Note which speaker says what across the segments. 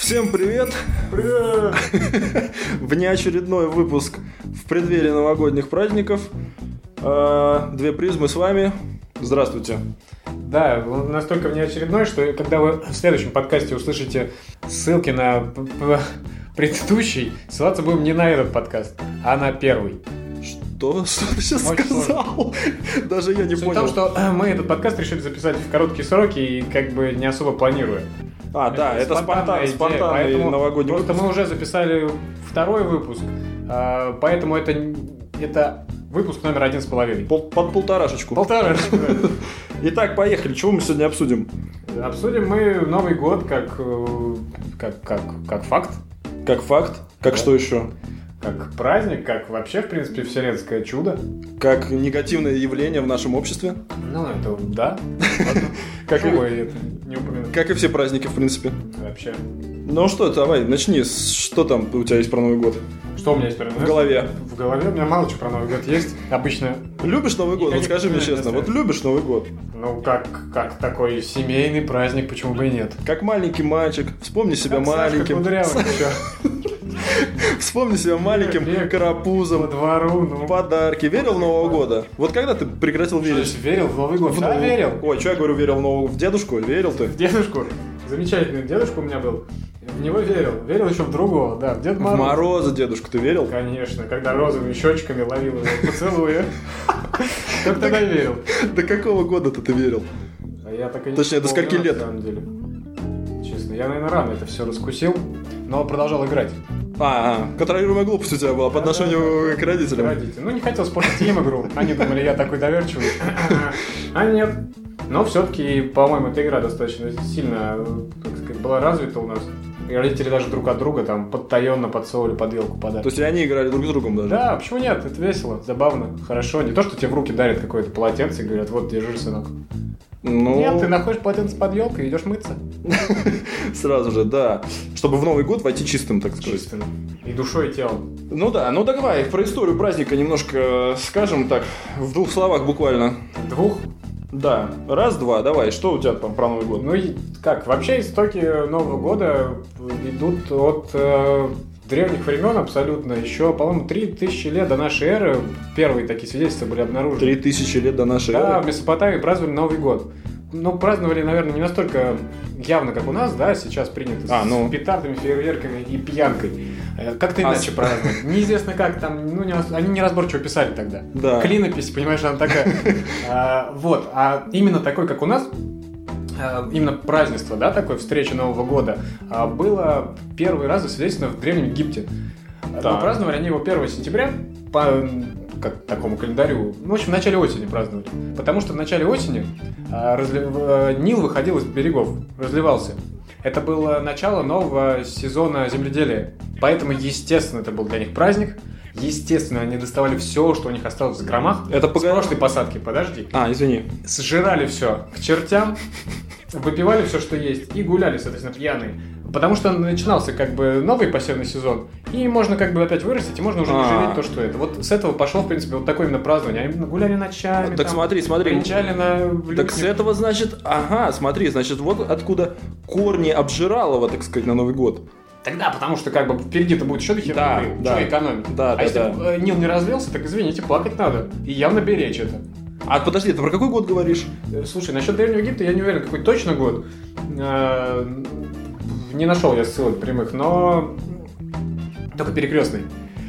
Speaker 1: Всем привет! Привет! Внеочередной выпуск в преддверии новогодних праздников. А, Две призмы с вами. Здравствуйте.
Speaker 2: Да, он настолько внеочередной, что когда вы в следующем подкасте услышите ссылки на п- п- предыдущий, ссылаться будем не на этот подкаст, а на первый.
Speaker 1: Что, что ты сейчас
Speaker 2: Очень
Speaker 1: сказал? Даже я не
Speaker 2: Суть в
Speaker 1: понял.
Speaker 2: том, что э, мы этот подкаст решили записать в короткие сроки и как бы не особо планируя.
Speaker 1: А, да, это спонтан,
Speaker 2: идея,
Speaker 1: спонтанный
Speaker 2: поэтому
Speaker 1: новогодний
Speaker 2: Просто
Speaker 1: выпуск.
Speaker 2: мы уже записали второй выпуск, а, поэтому это, н- это выпуск номер один с половиной.
Speaker 1: Пол- под полторашечку.
Speaker 2: Полтора.
Speaker 1: Итак, поехали. Чего мы сегодня обсудим?
Speaker 2: Обсудим мы Новый год как, э, как, как, как факт,
Speaker 1: Как факт, как что еще?
Speaker 2: как праздник, как вообще, в принципе, вселенское чудо.
Speaker 1: Как негативное явление в нашем обществе?
Speaker 2: Ну, это да.
Speaker 1: Как
Speaker 2: Как
Speaker 1: и-
Speaker 2: его это не упомянуть.
Speaker 1: Как и все праздники, в принципе.
Speaker 2: Вообще.
Speaker 1: Ну что, давай, начни. С- Что там у тебя есть про Новый год?
Speaker 2: Что у меня есть про
Speaker 1: В голове.
Speaker 2: В голове у меня мало чего про Новый год есть. Обычно,
Speaker 1: Любишь Новый год? Вот
Speaker 2: Никаких
Speaker 1: скажи мне
Speaker 2: проблем
Speaker 1: честно,
Speaker 2: нет.
Speaker 1: вот любишь Новый год?
Speaker 2: ну, как, как такой семейный праздник, почему бы и нет.
Speaker 1: Как маленький мальчик, вспомни себя
Speaker 2: Как Сашка
Speaker 1: маленьким,
Speaker 2: Кудрявый еще.
Speaker 1: вспомни себя маленьким
Speaker 2: Бег. По
Speaker 1: карапузом,
Speaker 2: двору, ну.
Speaker 1: подарки. Верил в Нового года? Вот когда ты прекратил
Speaker 2: Что,
Speaker 1: верить?
Speaker 2: Верил в Новый год?
Speaker 1: В
Speaker 2: Да,
Speaker 1: Нового-
Speaker 2: верил.
Speaker 1: Ой, что я говорю, верил в Нового? В дедушку? Верил ты?
Speaker 2: В дедушку. Замечательный дедушка у меня был. В него верил. Верил еще в другого, да, в Дед
Speaker 1: В
Speaker 2: Мороз.
Speaker 1: Мороза дедушку ты верил?
Speaker 2: Конечно, когда розовыми щечками ловил его поцелуя. Как тогда верил.
Speaker 1: До какого года-то ты верил?
Speaker 2: А я так и не
Speaker 1: Точнее, до
Speaker 2: вспомнил,
Speaker 1: скольки лет?
Speaker 2: На самом деле. Честно, я, наверное, рано это все раскусил, но продолжал играть.
Speaker 1: А, а, контролируемая глупость у тебя была по отношению к родителям.
Speaker 2: Родители. Ну, не хотел спортить им игру. Они думали, я такой доверчивый. А нет. Но все-таки, по-моему, эта игра достаточно сильно э, так сказать, была развита у нас. И родители даже друг от друга там подтаенно подсовывали под елку
Speaker 1: То
Speaker 2: подарки.
Speaker 1: есть и они играли друг с другом даже?
Speaker 2: Да, почему нет? Это весело, забавно, хорошо. Не то, что тебе в руки дарят какое-то полотенце и говорят, вот, держи, сынок.
Speaker 1: Ну,
Speaker 2: Нет, ты находишь полотенце под елкой и идешь мыться.
Speaker 1: сразу же, да. Чтобы в Новый год войти чистым, так сказать.
Speaker 2: Чисто. И душой, и телом.
Speaker 1: Ну да, ну давай про историю праздника немножко э, скажем так, в двух словах буквально.
Speaker 2: Двух
Speaker 1: Да, раз, два, давай, что у тебя там про Новый год?
Speaker 2: Ну и как, вообще истоки Нового года идут от э, древних времен абсолютно. Еще, по-моему, 3000 лет до нашей эры первые такие свидетельства были обнаружены.
Speaker 1: Три тысячи лет до нашей
Speaker 2: Да, в
Speaker 1: эры.
Speaker 2: Месопотамии праздновали Новый год. Ну, праздновали, наверное, не настолько явно, как у нас, да, сейчас принято.
Speaker 1: А, ну.
Speaker 2: С петардами, фейерверками и пьянкой. Э, Как-то
Speaker 1: А,
Speaker 2: иначе
Speaker 1: с-
Speaker 2: праздновали. Неизвестно как, там, ну, не рас- они неразборчиво писали тогда.
Speaker 1: Да.
Speaker 2: Клинопись, понимаешь, она такая. А, Вот, а именно такой, как у нас, а, именно празднество, да, такой встреча Нового года, а, было первый раз засвидетельствовано в Древнем Египте. А,
Speaker 1: Так.
Speaker 2: ну, праздновали они его 1 сентября по м, как такому календарю. Ну, в общем, в начале осени праздновали. Потому что в начале осени а, разли- э, Нил выходил из берегов, разливался. Это было начало нового сезона земледелия. Поэтому, естественно, это был для них праздник. Естественно, они доставали все, что у них осталось в громах.
Speaker 1: Это
Speaker 2: С
Speaker 1: погоди.
Speaker 2: прошлой посадки, подожди
Speaker 1: А, извини.
Speaker 2: сжирали все к чертям, выпивали все, что есть, и гуляли, соответственно, пьяные. Потому что начинался как бы новый посевный сезон, и можно как бы опять вырастить, и можно уже не
Speaker 1: А.
Speaker 2: жалеть то, что это. Вот с этого пошло, в принципе, вот такое именно празднование. Они гуляли ночами,
Speaker 1: Так
Speaker 2: там,
Speaker 1: смотри, смотри.
Speaker 2: кричали на
Speaker 1: Так
Speaker 2: лютнях.
Speaker 1: с э- этого значит, ага, смотри, значит вот откуда корни обжиралого, так сказать, на Новый год.
Speaker 2: Тогда, потому что как бы впереди-то будет еще дохера
Speaker 1: Да,
Speaker 2: воды,
Speaker 1: да.
Speaker 2: что экономить.
Speaker 1: Да,
Speaker 2: а
Speaker 1: да,
Speaker 2: если
Speaker 1: да.
Speaker 2: бы, э, Нил не разлился, так извините, плакать надо. И явно беречь это.
Speaker 1: А подожди, ты про какой год говоришь?
Speaker 2: Э, Слушай, насчет Древнего Египта я не уверен, какой точно год. Э, Не нашел я ссылок прямых, но только перекрестный.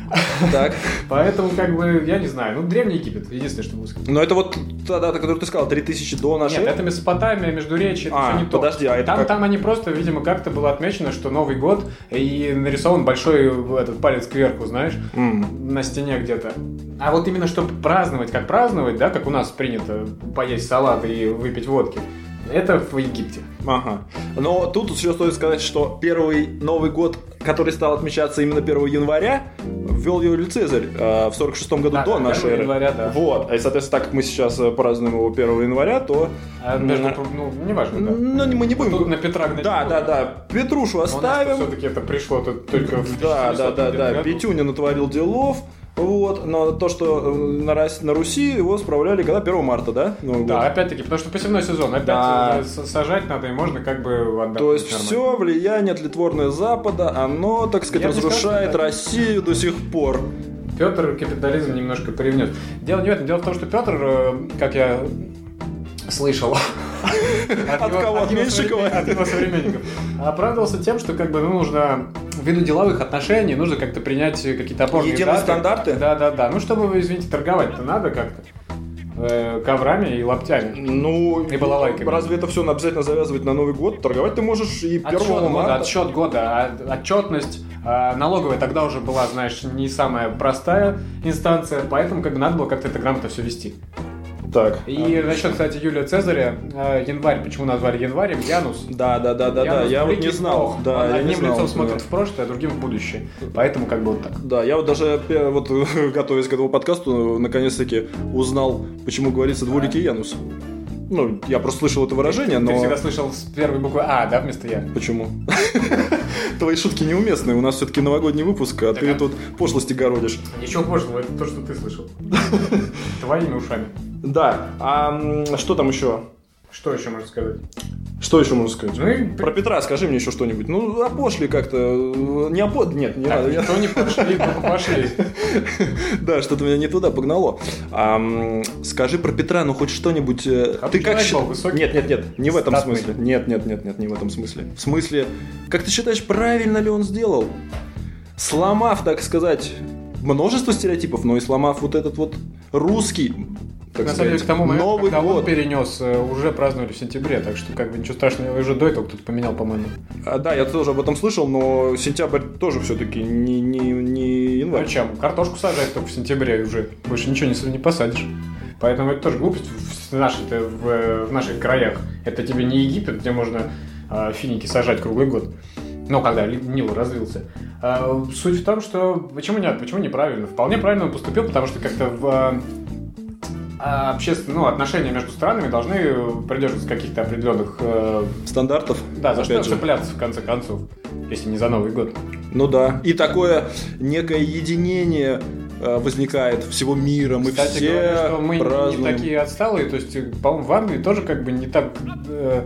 Speaker 1: Так.
Speaker 2: Поэтому, как бы, я не знаю. Ну, Древний Египет, единственное, что могу сказать.
Speaker 1: Но это вот та дата, которую ты сказал, 3000 до нашей
Speaker 2: Нет,
Speaker 1: эры.
Speaker 2: это Месопотамия, Междуречье, это
Speaker 1: А,
Speaker 2: все не то.
Speaker 1: подожди, а это
Speaker 2: там,
Speaker 1: как?
Speaker 2: там они просто, видимо, как-то было отмечено, что Новый год, и нарисован большой э, этот палец кверху, знаешь,
Speaker 1: М.
Speaker 2: на стене где-то. А вот именно, чтобы праздновать, как праздновать, да, как у нас принято поесть салат и выпить водки, это в Египте.
Speaker 1: Ага. Но тут еще стоит сказать, что первый Новый год, который стал отмечаться именно 1 января, ввел Юлий Цезарь э, в 46 году
Speaker 2: Да,
Speaker 1: до
Speaker 2: да,
Speaker 1: нашей эры.
Speaker 2: января, да.
Speaker 1: Вот. И, соответственно, так как мы сейчас э, празднуем его 1 января, то...
Speaker 2: А между
Speaker 1: М.
Speaker 2: прочим, ну, неважно, да.
Speaker 1: Ну, не- мы не будем...
Speaker 2: Тут на Петра гнать
Speaker 1: Да,
Speaker 2: не
Speaker 1: да,
Speaker 2: будем.
Speaker 1: да. Петрушу
Speaker 2: У нас
Speaker 1: оставим.
Speaker 2: все-таки это пришло тут только в
Speaker 1: Да, да,
Speaker 2: 1900
Speaker 1: да, да.
Speaker 2: году.
Speaker 1: Петюня натворил делов. Вот, но то, что э, на, Рос- на Руси его справляли когда 1 марта, да? Новый
Speaker 2: Да,
Speaker 1: год?
Speaker 2: опять-таки, потому что посевной сезон, опять
Speaker 1: Да.
Speaker 2: э, с- сажать надо и можно как бы отдохнуть
Speaker 1: То есть
Speaker 2: нормально.
Speaker 1: все влияние тлетворное Запада, оно, так сказать,
Speaker 2: Я бы сказал,
Speaker 1: разрушает
Speaker 2: что да.
Speaker 1: Россию до сих пор.
Speaker 2: Петр капитализм немножко привнес. Дело не в этом. Дело в том, что Петр, э, как я слышал,
Speaker 1: От кого? От
Speaker 2: его
Speaker 1: Меньшикова?
Speaker 2: современ- От его современников. Оправдывался тем, что как бы ну, нужно ввиду деловых отношений нужно как-то принять какие-то опорные
Speaker 1: Единые
Speaker 2: даты.
Speaker 1: стандарты?
Speaker 2: Да, да, да. Ну, чтобы, извините, торговать-то надо как-то. Э, коврами и лаптями.
Speaker 1: Ну,
Speaker 2: И балалайками.
Speaker 1: разве это все обязательно завязывать на Новый год? Торговать ты можешь и 1
Speaker 2: Отчет года,
Speaker 1: марта.
Speaker 2: отсчет года, а- отчетность. а, Налоговая тогда уже была, знаешь, не самая простая инстанция, поэтому как бы надо было как-то это грамотно все вести.
Speaker 1: Так.
Speaker 2: И насчет, кстати, Юлия Цезаря, э, январь, почему назвали январем? Янус.
Speaker 1: Да, да, да, да, да.
Speaker 2: Янус
Speaker 1: Я вот
Speaker 2: великий
Speaker 1: не знал.
Speaker 2: бог.
Speaker 1: Да,
Speaker 2: Он
Speaker 1: я не
Speaker 2: одним
Speaker 1: знал,
Speaker 2: лицом
Speaker 1: да.
Speaker 2: смотрит в прошлое, а другим в будущее. Поэтому как бы вот так.
Speaker 1: Да, я вот даже э, вот готовясь к этому подкасту, наконец-таки узнал, почему говорится двуликий Янус. Ну, я просто слышал это выражение, но
Speaker 2: Ты всегда слышал с первой буквы А, да, вместо Я?
Speaker 1: почему? Твои шутки неуместны, у нас все-таки новогодний выпуск, а ты
Speaker 2: а-
Speaker 1: тут пошлости городишь.
Speaker 2: Ничего пошлого, это то, что ты слышал. Твоими ушами.
Speaker 1: Да, а м, что там еще?
Speaker 2: Что еще можно сказать?
Speaker 1: Что еще можно сказать?
Speaker 2: Ну и...
Speaker 1: Про Петра скажи мне еще что-нибудь. Ну, опошли как-то. э, Не опо... Нет, не
Speaker 2: Так,
Speaker 1: надо.
Speaker 2: никто не пошли, ну пошли.
Speaker 1: Да, что-то меня не туда погнало. А, м, скажи про Петра, ну хоть что-нибудь. э,
Speaker 2: А
Speaker 1: Ты
Speaker 2: почему
Speaker 1: как
Speaker 2: он
Speaker 1: считаешь?
Speaker 2: был высокий?
Speaker 1: Нет, нет, нет, не в этом
Speaker 2: Статный.
Speaker 1: смысле. Нет, нет, нет, нет, не в этом смысле. В смысле, как ты считаешь, правильно ли он сделал? Сломав, так сказать, множество стереотипов, но и сломав вот этот вот русский, так
Speaker 2: На самом
Speaker 1: сказать,
Speaker 2: деле, к тому моменту,
Speaker 1: Новый
Speaker 2: когда он
Speaker 1: год.
Speaker 2: перенес, э, уже праздновали в сентябре, так что как бы ничего страшного, уже до этого кто-то поменял, по-моему.
Speaker 1: А, да, я тоже об этом слышал, но сентябрь тоже все-таки не, не, не
Speaker 2: Ну
Speaker 1: январь.
Speaker 2: чем, картошку сажать только в сентябре уже. Больше ничего не, с- не посадишь. Поэтому это тоже глупость в, в нашей-то- в, э, в наших краях. Это тебе не Египет, где можно э, финики сажать круглый год. Ну, когда Ли- Нил разлился. А, суть в том, что... Почему нет? Почему неправильно? Вполне правильно он поступил, потому что как-то в... э, а, обществен- ну, отношения между странами должны э, придерживаться каких-то определенных... э,
Speaker 1: Стандартов.
Speaker 2: да, за что
Speaker 1: опять же.
Speaker 2: цепляться, в конце концов, если не за Новый год.
Speaker 1: Ну да. И такое некое единение э, возникает всего мира. Мы
Speaker 2: Кстати,
Speaker 1: все
Speaker 2: говоря, что мы не-
Speaker 1: празднуем.
Speaker 2: не такие отсталые, то есть, э, по-моему, в Англии тоже как бы не так... э,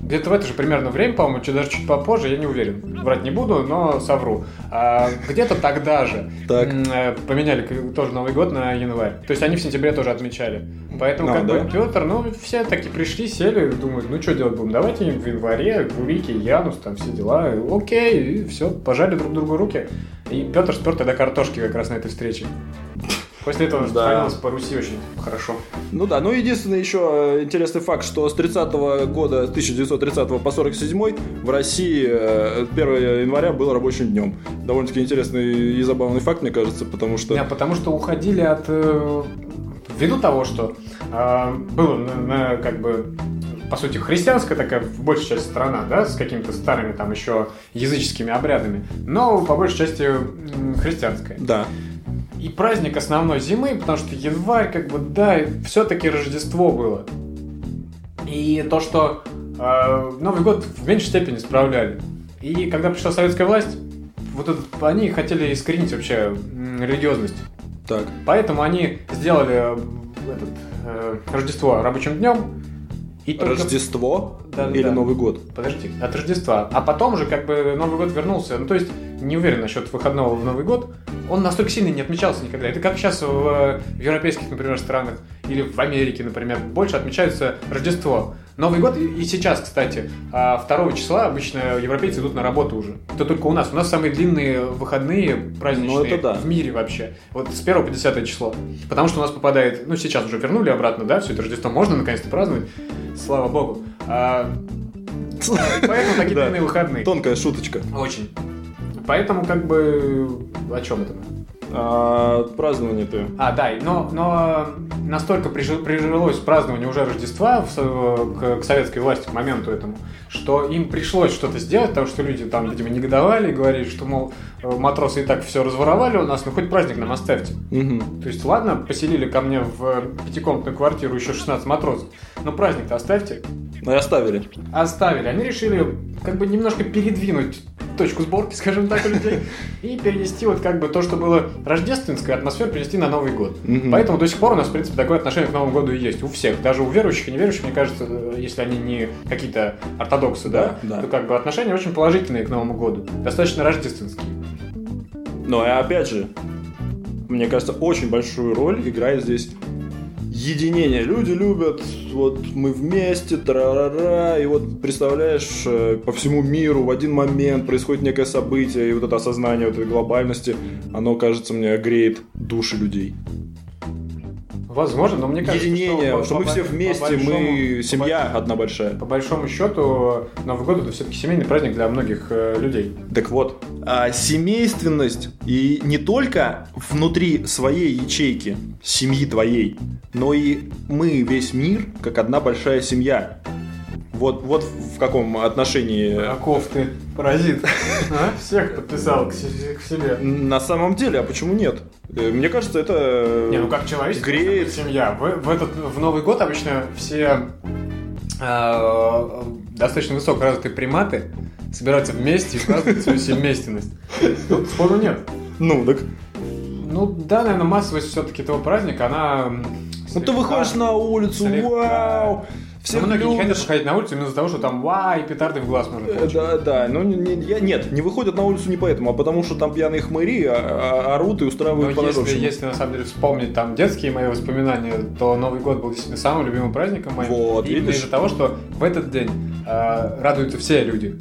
Speaker 2: где-то в это же примерно время, по-моему, чуть- даже чуть попозже, я не уверен. Врать не буду, но совру. А, где-то тогда же
Speaker 1: Так.
Speaker 2: м, э, поменяли к- тоже Новый год на январь. То есть они в сентябре тоже отмечали. Поэтому
Speaker 1: А,
Speaker 2: как
Speaker 1: да?
Speaker 2: бы Петр, ну, все таки пришли, сели, думают, ну, что делать будем? Давайте в январе, Гурики, Янус, там все дела. Окей, и все, пожали друг другу руки. И Петр спер тогда картошки как раз на этой встрече. После этого
Speaker 1: Да.
Speaker 2: распространилось по Руси очень хорошо.
Speaker 1: Ну да, ну единственный еще э, интересный факт, что с 30 года, с 1930 по 47 в России э, 1 января был рабочим днем. Довольно-таки интересный и забавный факт, мне кажется, потому что...
Speaker 2: Да, потому что уходили от... э, Ввиду того, что э, было, на- на, как бы, по сути, христианская такая, в большей части страна, да, с какими-то старыми там еще языческими обрядами, но по большей части м, христианская.
Speaker 1: Да.
Speaker 2: И праздник основной зимы, потому что январь, как бы, да, все-таки Рождество было. И то, что э, Новый год в меньшей степени справляли. И когда пришла советская власть, вот этот- они хотели искоренить вообще м, религиозность.
Speaker 1: Так.
Speaker 2: Поэтому они сделали э, этот, э, Рождество рабочим днем. И только-
Speaker 1: Рождество
Speaker 2: Да, да,
Speaker 1: или
Speaker 2: да.
Speaker 1: Новый год?
Speaker 2: Подожди, от Рождества. А потом же как бы Новый год вернулся. Ну, то есть, не уверен насчет выходного в Новый год. Он настолько сильно не отмечался никогда. Это как сейчас в, э, в европейских, например, странах или в Америке, например, больше отмечается Рождество. Новый год и, и сейчас, кстати, 2 числа обычно европейцы идут на работу уже. Это только у нас. У нас самые длинные выходные праздничные
Speaker 1: Ну, это да.
Speaker 2: в мире вообще. Вот с 1 по 10 число. Потому что у нас попадает, ну сейчас уже вернули обратно, да, все это Рождество можно наконец-то праздновать. Слава богу. А, Поэтому такие
Speaker 1: Да.
Speaker 2: длинные выходные.
Speaker 1: Тонкая шуточка.
Speaker 2: Очень. Поэтому как бы о чем это?
Speaker 1: А, празднование ты.
Speaker 2: А, да, и- но, но настолько прижи- прижилось празднование уже Рождества в со- к, к советской власти к моменту этому, что им пришлось что-то сделать, потому что люди там, видимо, негодовали, говорили, что, мол, э, матросы и так все разворовали у нас, ну хоть праздник нам оставьте.
Speaker 1: Мгм.
Speaker 2: То есть, ладно, поселили ко мне в э, пятикомнатную квартиру еще 16 матросов, но праздник-то оставьте.
Speaker 1: Ну и Оставили.
Speaker 2: оставили. Они решили как бы немножко передвинуть точку сборки, скажем так, у людей, и перенести вот как бы то, что было рождественская атмосфера, перенести на Новый год.
Speaker 1: Мгм.
Speaker 2: Поэтому до сих пор у нас, в принципе, такое отношение к Новому году и есть. У всех. Даже у верующих и неверующих, мне кажется, э, если они не какие-то ортодоксы, да,
Speaker 1: Да, да.
Speaker 2: то как бы отношения очень положительные к Новому году. Достаточно рождественские.
Speaker 1: Но и опять же, мне кажется, очень большую роль играет здесь единение. Люди любят, вот мы вместе, тра-ра-ра, и вот представляешь, э, по всему миру в один момент происходит некое событие, и вот это осознание вот этой глобальности, оно, кажется, мне греет души людей.
Speaker 2: Возможно, но мне кажется,
Speaker 1: единение,
Speaker 2: по-
Speaker 1: что, мы
Speaker 2: по-
Speaker 1: все
Speaker 2: по
Speaker 1: вместе, мы
Speaker 2: большому-
Speaker 1: семья одна большая.
Speaker 2: По большому счету, Новый год это все-таки семейный праздник для многих э, людей.
Speaker 1: Так вот, а, семейственность и не только внутри своей ячейки, семьи твоей, но и мы, весь мир, как одна большая семья. Вот, вот в каком отношении.
Speaker 2: Каков ты паразит. А? Всех подписал к се- к себе.
Speaker 1: На самом деле, а почему нет? Э, Мне кажется, это... э,
Speaker 2: Не, ну как человеческая
Speaker 1: Греет.
Speaker 2: семья. В, в этот, в Новый год обычно все э, достаточно высокоразвитые приматы собираются вместе и празднуют свою семейственность. Ну, спору нет.
Speaker 1: Ну, так...
Speaker 2: Ну да, наверное, массовость все-таки этого праздника, она... м,
Speaker 1: Ну ты выходишь
Speaker 2: слегка-
Speaker 1: на улицу,
Speaker 2: Слегка.
Speaker 1: вау! Все
Speaker 2: Но многие не хотят выходить на улицу именно из-за того, что там ва и петарды в глаз можно
Speaker 1: Э,
Speaker 2: получить.
Speaker 1: Да, да, но не, не- я, нет, не выходят на улицу не поэтому, а потому что там пьяные хмыри а- а- орут и
Speaker 2: Но
Speaker 1: устраивают
Speaker 2: если,
Speaker 1: поножовщину.
Speaker 2: если на самом деле вспомнить там детские мои воспоминания, то Новый год был действительно самым любимым праздником моим.
Speaker 1: Вот,
Speaker 2: Именно
Speaker 1: видишь?
Speaker 2: из-за того, что в этот день э, радуются все люди.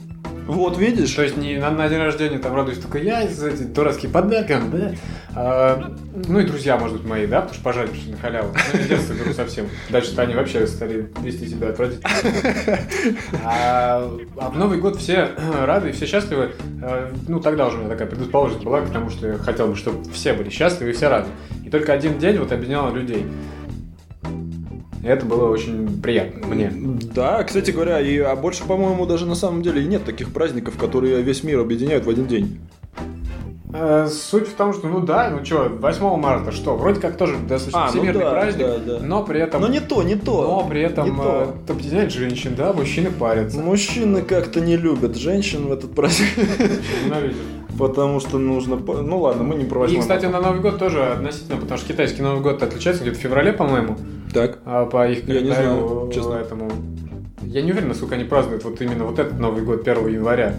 Speaker 1: Вот видишь,
Speaker 2: То есть не на, на день рождения там радуюсь только я из эти дурацкие подарки, да? А, ну и друзья, может быть, мои, да, потому что пожарили пришли на халяву. Ну, я с детства беру совсем. Дальше-то они вообще стали вести себя отвратительно. А, а в Новый год все рады и все счастливы. Э, Ну, тогда уже у меня такая предрасположенность была, потому что я хотел бы, чтобы все были счастливы и все рады. И только один день вот объединял людей. И это было очень приятно мне.
Speaker 1: Да, кстати говоря, и а больше, по-моему, даже на самом деле и нет таких праздников, которые весь мир объединяют в один день.
Speaker 2: Э, Суть в том, что, ну да, ну что, 8 марта что, вроде как тоже достаточно
Speaker 1: А, ну
Speaker 2: всемирный
Speaker 1: да,
Speaker 2: праздник,
Speaker 1: да, да.
Speaker 2: но при этом...
Speaker 1: Но не то, не то.
Speaker 2: но при этом
Speaker 1: не то.
Speaker 2: э, это объединяет женщин, да, мужчины парятся.
Speaker 1: Мужчины как-то не любят женщин в этот праздник,
Speaker 2: Ненавидят.
Speaker 1: потому что нужно... по- Ну ладно, мы не про
Speaker 2: И,
Speaker 1: восьмое
Speaker 2: кстати, на Новый год тоже относительно, потому что китайский Новый год отличается где-то в феврале, по-моему,
Speaker 1: марта. Так.
Speaker 2: а по их
Speaker 1: Я не знаю,
Speaker 2: календарю,
Speaker 1: честно.
Speaker 2: Поэтому я не уверен, насколько они празднуют вот именно вот этот Новый год 1 января.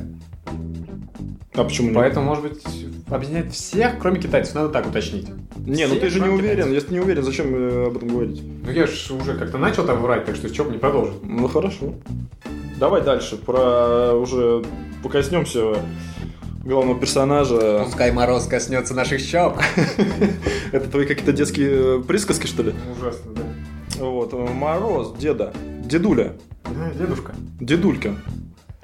Speaker 1: А почему нет?
Speaker 2: Поэтому, может быть, объединяет всех, кроме китайцев, надо так уточнить.
Speaker 1: Не, ну
Speaker 2: все
Speaker 1: ты же не
Speaker 2: кроме
Speaker 1: уверен.
Speaker 2: китайцев.
Speaker 1: Если ты не уверен, зачем э, об этом говорить?
Speaker 2: Ну я же уже как-то начал там врать, так что чё бы не продолжить.
Speaker 1: Ну хорошо. Давай дальше. Про уже покоснемся главного персонажа.
Speaker 2: Пускай мороз коснется наших щек.
Speaker 1: Это твои какие-то детские э, присказки, что ли?
Speaker 2: Ну, Ужасно, да.
Speaker 1: Вот. э, Мороз, деда. Дедуля.
Speaker 2: Дедушка.
Speaker 1: Дедулька.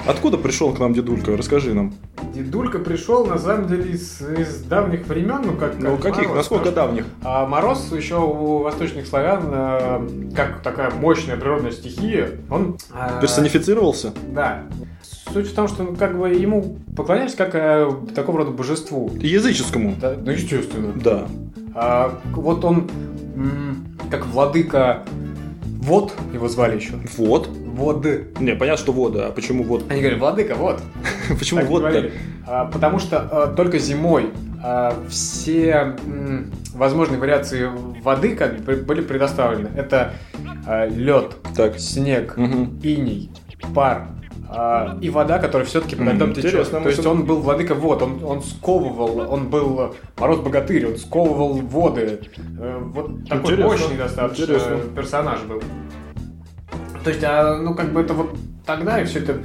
Speaker 1: Откуда пришел к нам дедулька? Расскажи нам.
Speaker 2: Дедулька пришел, на самом деле, из, из давних времен, ну как...
Speaker 1: Ну,
Speaker 2: как
Speaker 1: каких?
Speaker 2: Мороз,
Speaker 1: Насколько
Speaker 2: потому
Speaker 1: давних?
Speaker 2: что, а, Мороз еще у восточных славян, э, как такая мощная природная стихия, он... э,
Speaker 1: Персонифицировался?
Speaker 2: Да. Суть в том, что ну, как бы ему поклонялись как э, такого рода божеству.
Speaker 1: Языческому.
Speaker 2: Да, ну, естественно.
Speaker 1: Да.
Speaker 2: А, к- вот он м, как владыка Вод, его звали еще.
Speaker 1: Вот.
Speaker 2: Воды.
Speaker 1: Не, понятно, что вода. А почему вот?
Speaker 2: Они говорят, владыка, вот.
Speaker 1: Почему
Speaker 2: Так
Speaker 1: вот-то?
Speaker 2: говорили. А, Потому что а, только зимой а, все м, возможные вариации воды как бы были предоставлены. Это а, лед,
Speaker 1: Так.
Speaker 2: снег,
Speaker 1: Мгм.
Speaker 2: иней, пар а, и вода, которая все-таки под льдом
Speaker 1: М,
Speaker 2: течет.
Speaker 1: интересно,
Speaker 2: То
Speaker 1: мы
Speaker 2: есть
Speaker 1: всё-
Speaker 2: он был владыка вод, он, он сковывал, он был мороз богатырь, он сковывал воды. Э, Вот такой
Speaker 1: Интересно,
Speaker 2: мощный достаточно
Speaker 1: интересно.
Speaker 2: персонаж был. То есть, а, ну как бы это вот тогда и все это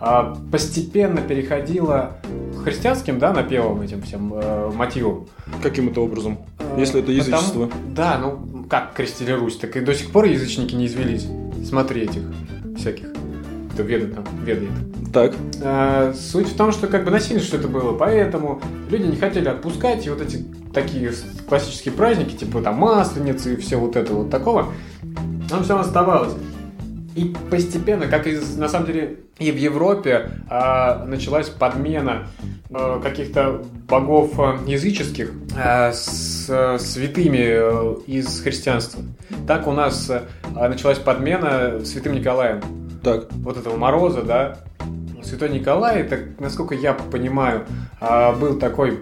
Speaker 2: а, постепенно переходило к христианским, да, напевам этим всем э, мотивам.
Speaker 1: Каким это образом? Если это
Speaker 2: Э, Потому-
Speaker 1: язычество.
Speaker 2: да, ну как крестили Русь, так и до сих пор язычники не извелись. Смотри этих всяких. Кто ведает там, ведает.
Speaker 1: Так.
Speaker 2: А, суть в том, что как бы насильно что это было, поэтому люди не хотели отпускать, и вот эти такие с- классические праздники, типа там Масленицы и все вот это вот такого, нам все оставалось. И постепенно, как и на самом деле и в Европе, а, началась подмена э, каких-то богов э, языческих э, с э, святыми э, из христианства. Так у нас э, началась подмена святым Николаем
Speaker 1: Так.
Speaker 2: вот этого мороза, да, с Святой Николай, это, насколько я понимаю, а, был такой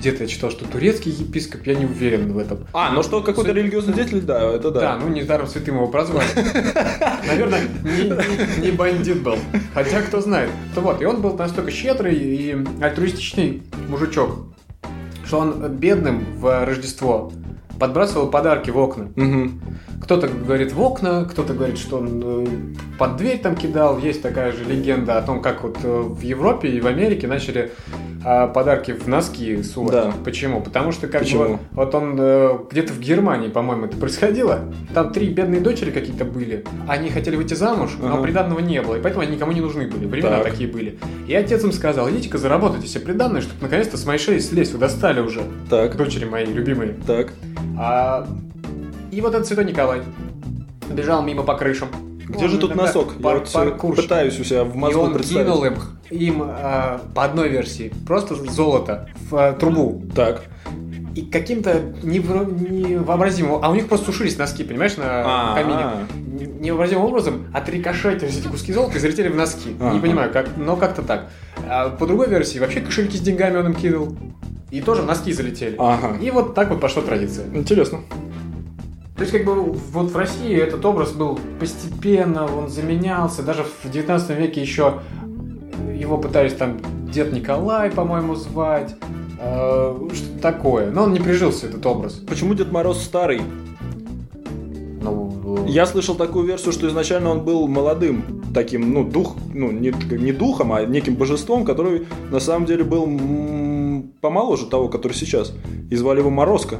Speaker 2: где-то я читал, что турецкий епископ, я не уверен в этом.
Speaker 1: А, ну что, какой-то религиозный деятель, да, это да.
Speaker 2: Да, ну недаром святым его прозвали. Наверное, не- не- не бандит был. Хотя, кто знает. То вот, и он был настолько щедрый и альтруистичный мужичок, что он бедным в Рождество подбрасывал подарки в окна.
Speaker 1: Мгм.
Speaker 2: Кто-то говорит в окна, кто-то говорит, что он э, под дверь там кидал. Есть такая же легенда о том, как вот э, в Европе и в Америке начали э, подарки в носки сувать.
Speaker 1: Да.
Speaker 2: Почему? Потому что как
Speaker 1: Почему?
Speaker 2: бы вот, вот он э, где-то в Германии, по-моему, это происходило. Там три бедные дочери какие-то были. Они хотели выйти замуж,
Speaker 1: Ага.
Speaker 2: но приданного не было, и поэтому они никому не нужны были. Времена
Speaker 1: Так.
Speaker 2: такие были. И отец им сказал: идите-ка заработайте себе приданное, чтобы наконец-то с моей шеи слезть. Вы достали уже,
Speaker 1: Так,
Speaker 2: дочери мои любимые.
Speaker 1: так.
Speaker 2: А, И вот этот Святой Николай бежал мимо по крышам.
Speaker 1: Где
Speaker 2: Он
Speaker 1: же тут
Speaker 2: иногда
Speaker 1: носок? Я
Speaker 2: пар-
Speaker 1: вот всё
Speaker 2: паркурщик.
Speaker 1: пытаюсь у себя в
Speaker 2: И
Speaker 1: мозгу
Speaker 2: он
Speaker 1: представить.
Speaker 2: кинул им, им а, по одной версии просто золото в а, трубу.
Speaker 1: Так.
Speaker 2: И каким-то невро- невообразимым... А у них просто сушились носки, понимаешь, на
Speaker 1: А,
Speaker 2: камине.
Speaker 1: а.
Speaker 2: Невообразимым образом отрикошетились эти куски золота и залетели в носки.
Speaker 1: Ага.
Speaker 2: Не понимаю, как, но как-то так. А по другой версии, вообще кошельки с деньгами он им кинул. И тоже в носки залетели.
Speaker 1: А, Ага.
Speaker 2: И вот так вот пошла традиция.
Speaker 1: Интересно.
Speaker 2: То есть, как бы, вот в России этот образ был постепенно, он заменялся. Даже в 19 веке еще его пытались там дед Николай, по-моему, звать. э, Что-то такое. Но он не прижился, этот образ.
Speaker 1: Почему Дед Мороз старый?
Speaker 2: Ну,
Speaker 1: Я слышал такую версию, что изначально он был молодым таким, ну, дух, ну, не, не духом, а неким божеством, который на самом деле был м, помоложе того, который сейчас. И звали его Морозко.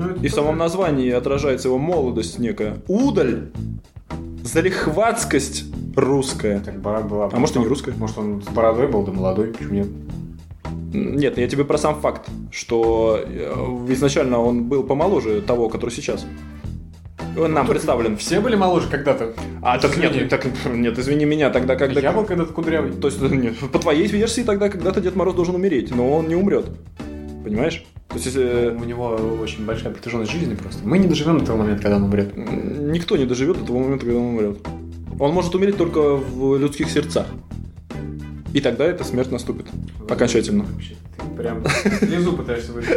Speaker 2: ну, это
Speaker 1: И в самом
Speaker 2: тоже-
Speaker 1: названии отражается его молодость некая. Удаль! Залихватскость русская.
Speaker 2: Так борода была.
Speaker 1: А может и не русская?
Speaker 2: Может, он с бородой был, да молодой, почему нет?
Speaker 1: Нет, я тебе про сам факт, что э, изначально он был помоложе того, который сейчас. Он нам представлен.
Speaker 2: Все были моложе когда-то.
Speaker 1: А, так
Speaker 2: Извини.
Speaker 1: нет, так нет, извини меня, тогда когда...
Speaker 2: Я был когда-то кудрявый.
Speaker 1: То есть, нет, по твоей версии тогда когда-то Дед Мороз должен умереть, но он не умрет. Понимаешь? То есть, если...
Speaker 2: У него очень большая протяженность жизни просто. Мы не доживем до того момента, когда он умрет.
Speaker 1: м, Никто не доживет до того момента, когда он умрет. Он может умереть только в людских сердцах. И тогда эта смерть наступит. Окончательно.
Speaker 2: Вообще, ты прям слезу пытаешься выжить.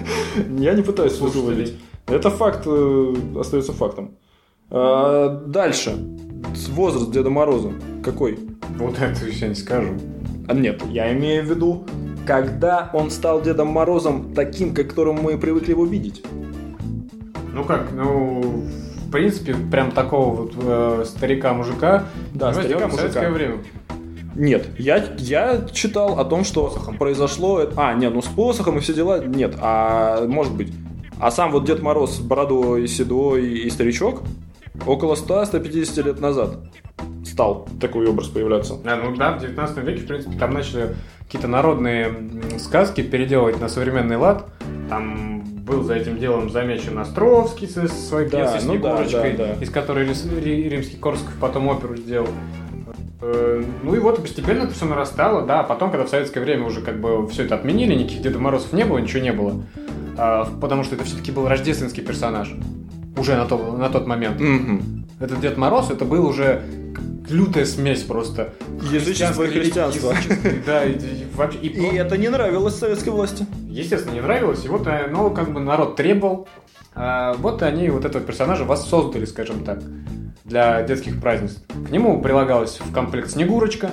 Speaker 1: Я не пытаюсь служу
Speaker 2: Слушателей.
Speaker 1: выводить. Это факт э, остается фактом. А, дальше. С- Возраст Деда Мороза. Какой?
Speaker 2: Вот это я не скажу.
Speaker 1: А нет, я имею в виду, когда он стал Дедом Морозом таким, к которому мы привыкли его видеть.
Speaker 2: Ну как, ну, в принципе, прям такого вот э, старика-мужика
Speaker 1: Да,
Speaker 2: его сделали в
Speaker 1: старика-мужика.
Speaker 2: советское время.
Speaker 1: Нет, я, я читал о том, что произошло... это- А, нет, ну с посохом и все дела, нет. А может быть. А сам вот Дед Мороз с бородой, седой и старичок около 100-150 лет назад стал такой образ появляться.
Speaker 2: А, ну да, в 19 веке, в принципе, там начали какие-то народные м, сказки переделывать на современный лад. Там был за этим делом замечен Островский со со своей
Speaker 1: Да,
Speaker 2: пьесой
Speaker 1: ну да,
Speaker 2: «Снегурочкой»,
Speaker 1: да, да.
Speaker 2: из которой Рис- Ри- Римский Корсков потом оперу сделал. Э, Ну и вот постепенно это все нарастало, да, а потом, когда в советское время уже как бы все это отменили, никаких Деда Морозов не было, ничего не было, А, потому что это все-таки был рождественский персонаж уже на, то- на тот момент.
Speaker 1: Мгм.
Speaker 2: Этот Дед Мороз, это был уже к- лютая смесь просто.
Speaker 1: Язычество и христианство.
Speaker 2: Язычество, Да, и, и вообще... и
Speaker 1: И это не нравилось советской власти.
Speaker 2: естественно, не нравилось. И вот, э, ну, как бы народ требовал. А, Вот они вот этого персонажа воссоздали, скажем так, для детских празднеств. К нему прилагалась в комплект Снегурочка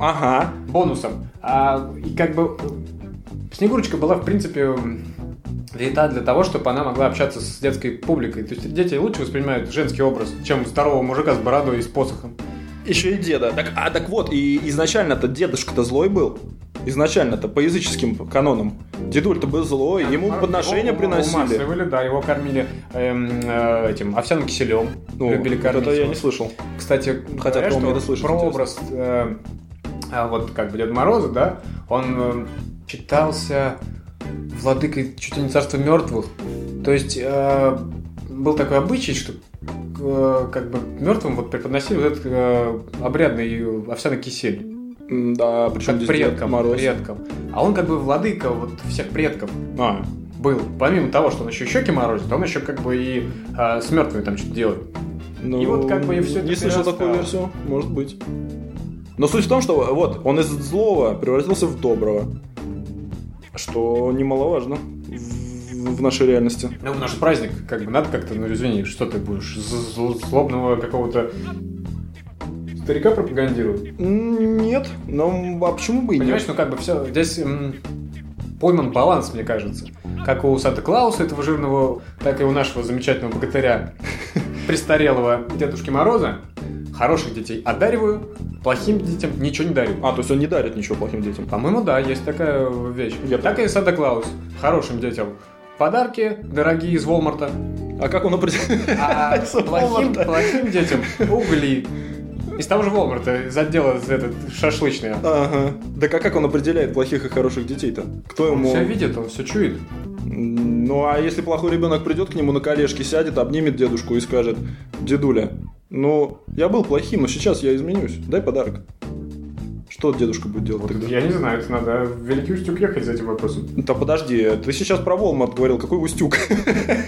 Speaker 1: Ага.
Speaker 2: бонусом. А, и как бы э, Снегурочка была, в принципе, м, лета для того, чтобы она могла общаться с детской публикой. То есть дети лучше воспринимают женский образ, чем здорового мужика с бородой и с посохом.
Speaker 1: Еще и деда. Так, а так вот, и изначально-то дедушка-то злой был. Изначально-то по языческим канонам. Дедуль-то был злой, ему
Speaker 2: Его
Speaker 1: подношения
Speaker 2: ум-
Speaker 1: приносили.
Speaker 2: умасливали, да, его кормили эм, э, этим овсяным киселем.
Speaker 1: Ну,
Speaker 2: любили
Speaker 1: вот
Speaker 2: кормить.
Speaker 1: это я
Speaker 2: его.
Speaker 1: не слышал.
Speaker 2: Кстати,
Speaker 1: Хотя
Speaker 2: говорят,
Speaker 1: кто мне
Speaker 2: что
Speaker 1: это слышит,
Speaker 2: про
Speaker 1: интересно.
Speaker 2: образ э, а вот как бы Деда Мороза, да, он э, читался владыкой чуть ли не царства мертвых. То есть э, был такой обычай, что э, как бы мертвым вот преподносили вот этот э, обрядный овсяный кисель
Speaker 1: М, Да, причем
Speaker 2: как
Speaker 1: здесь Дед
Speaker 2: предкам,
Speaker 1: Мороз.
Speaker 2: предкам. А он как бы владыка вот всех предков
Speaker 1: А,
Speaker 2: был. Помимо того, что он еще щеки морозит, он еще как бы и э, с мертвыми там что-то делает.
Speaker 1: ну,
Speaker 2: И вот как бы и всё
Speaker 1: Не
Speaker 2: это
Speaker 1: слышал
Speaker 2: перерастало.
Speaker 1: такую версию, может быть. Но суть в том, что вот он из злого превратился в доброго. Что немаловажно в, в нашей реальности.
Speaker 2: Ну, наш праздник, как бы, надо как-то, ну, извини, что ты будешь, з- зл- злобного какого-то старика пропагандировать?
Speaker 1: М, Нет, но а почему бы и
Speaker 2: Понимаешь,
Speaker 1: нет?
Speaker 2: ну, как бы все, здесь м, пойман баланс, мне кажется. Как у Санта-Клауса, этого жирного, так и у нашего замечательного богатыря, престарелого Дедушки Мороза. Хороших детей одариваю, плохим детям ничего не дарю.
Speaker 1: А, то есть он не дарит ничего плохим детям.
Speaker 2: По-моему, да, есть такая вещь.
Speaker 1: Я
Speaker 2: так и Санта-Клаус. Хорошим детям. Подарки дорогие из Волмарта.
Speaker 1: А как он определяет?
Speaker 2: А
Speaker 1: Из
Speaker 2: плохим,
Speaker 1: Walmart.
Speaker 2: плохим детям угли. Из того же Волмарта, из отдела этот, шашлычный.
Speaker 1: Ага. Да как, как он определяет плохих и хороших детей-то? Кто
Speaker 2: Он
Speaker 1: ему...
Speaker 2: все видит, он все чует.
Speaker 1: М, Ну а если плохой ребенок придет к нему на колешке, сядет, обнимет дедушку и скажет, дедуля, ну я был плохим, но сейчас я изменюсь, дай подарок. Что дедушка будет делать тогда?
Speaker 2: Я не знаю, это надо в Великий Устюг ехать за этим вопросом.
Speaker 1: Да подожди, ты сейчас про Волмарт говорил, какой Устюг?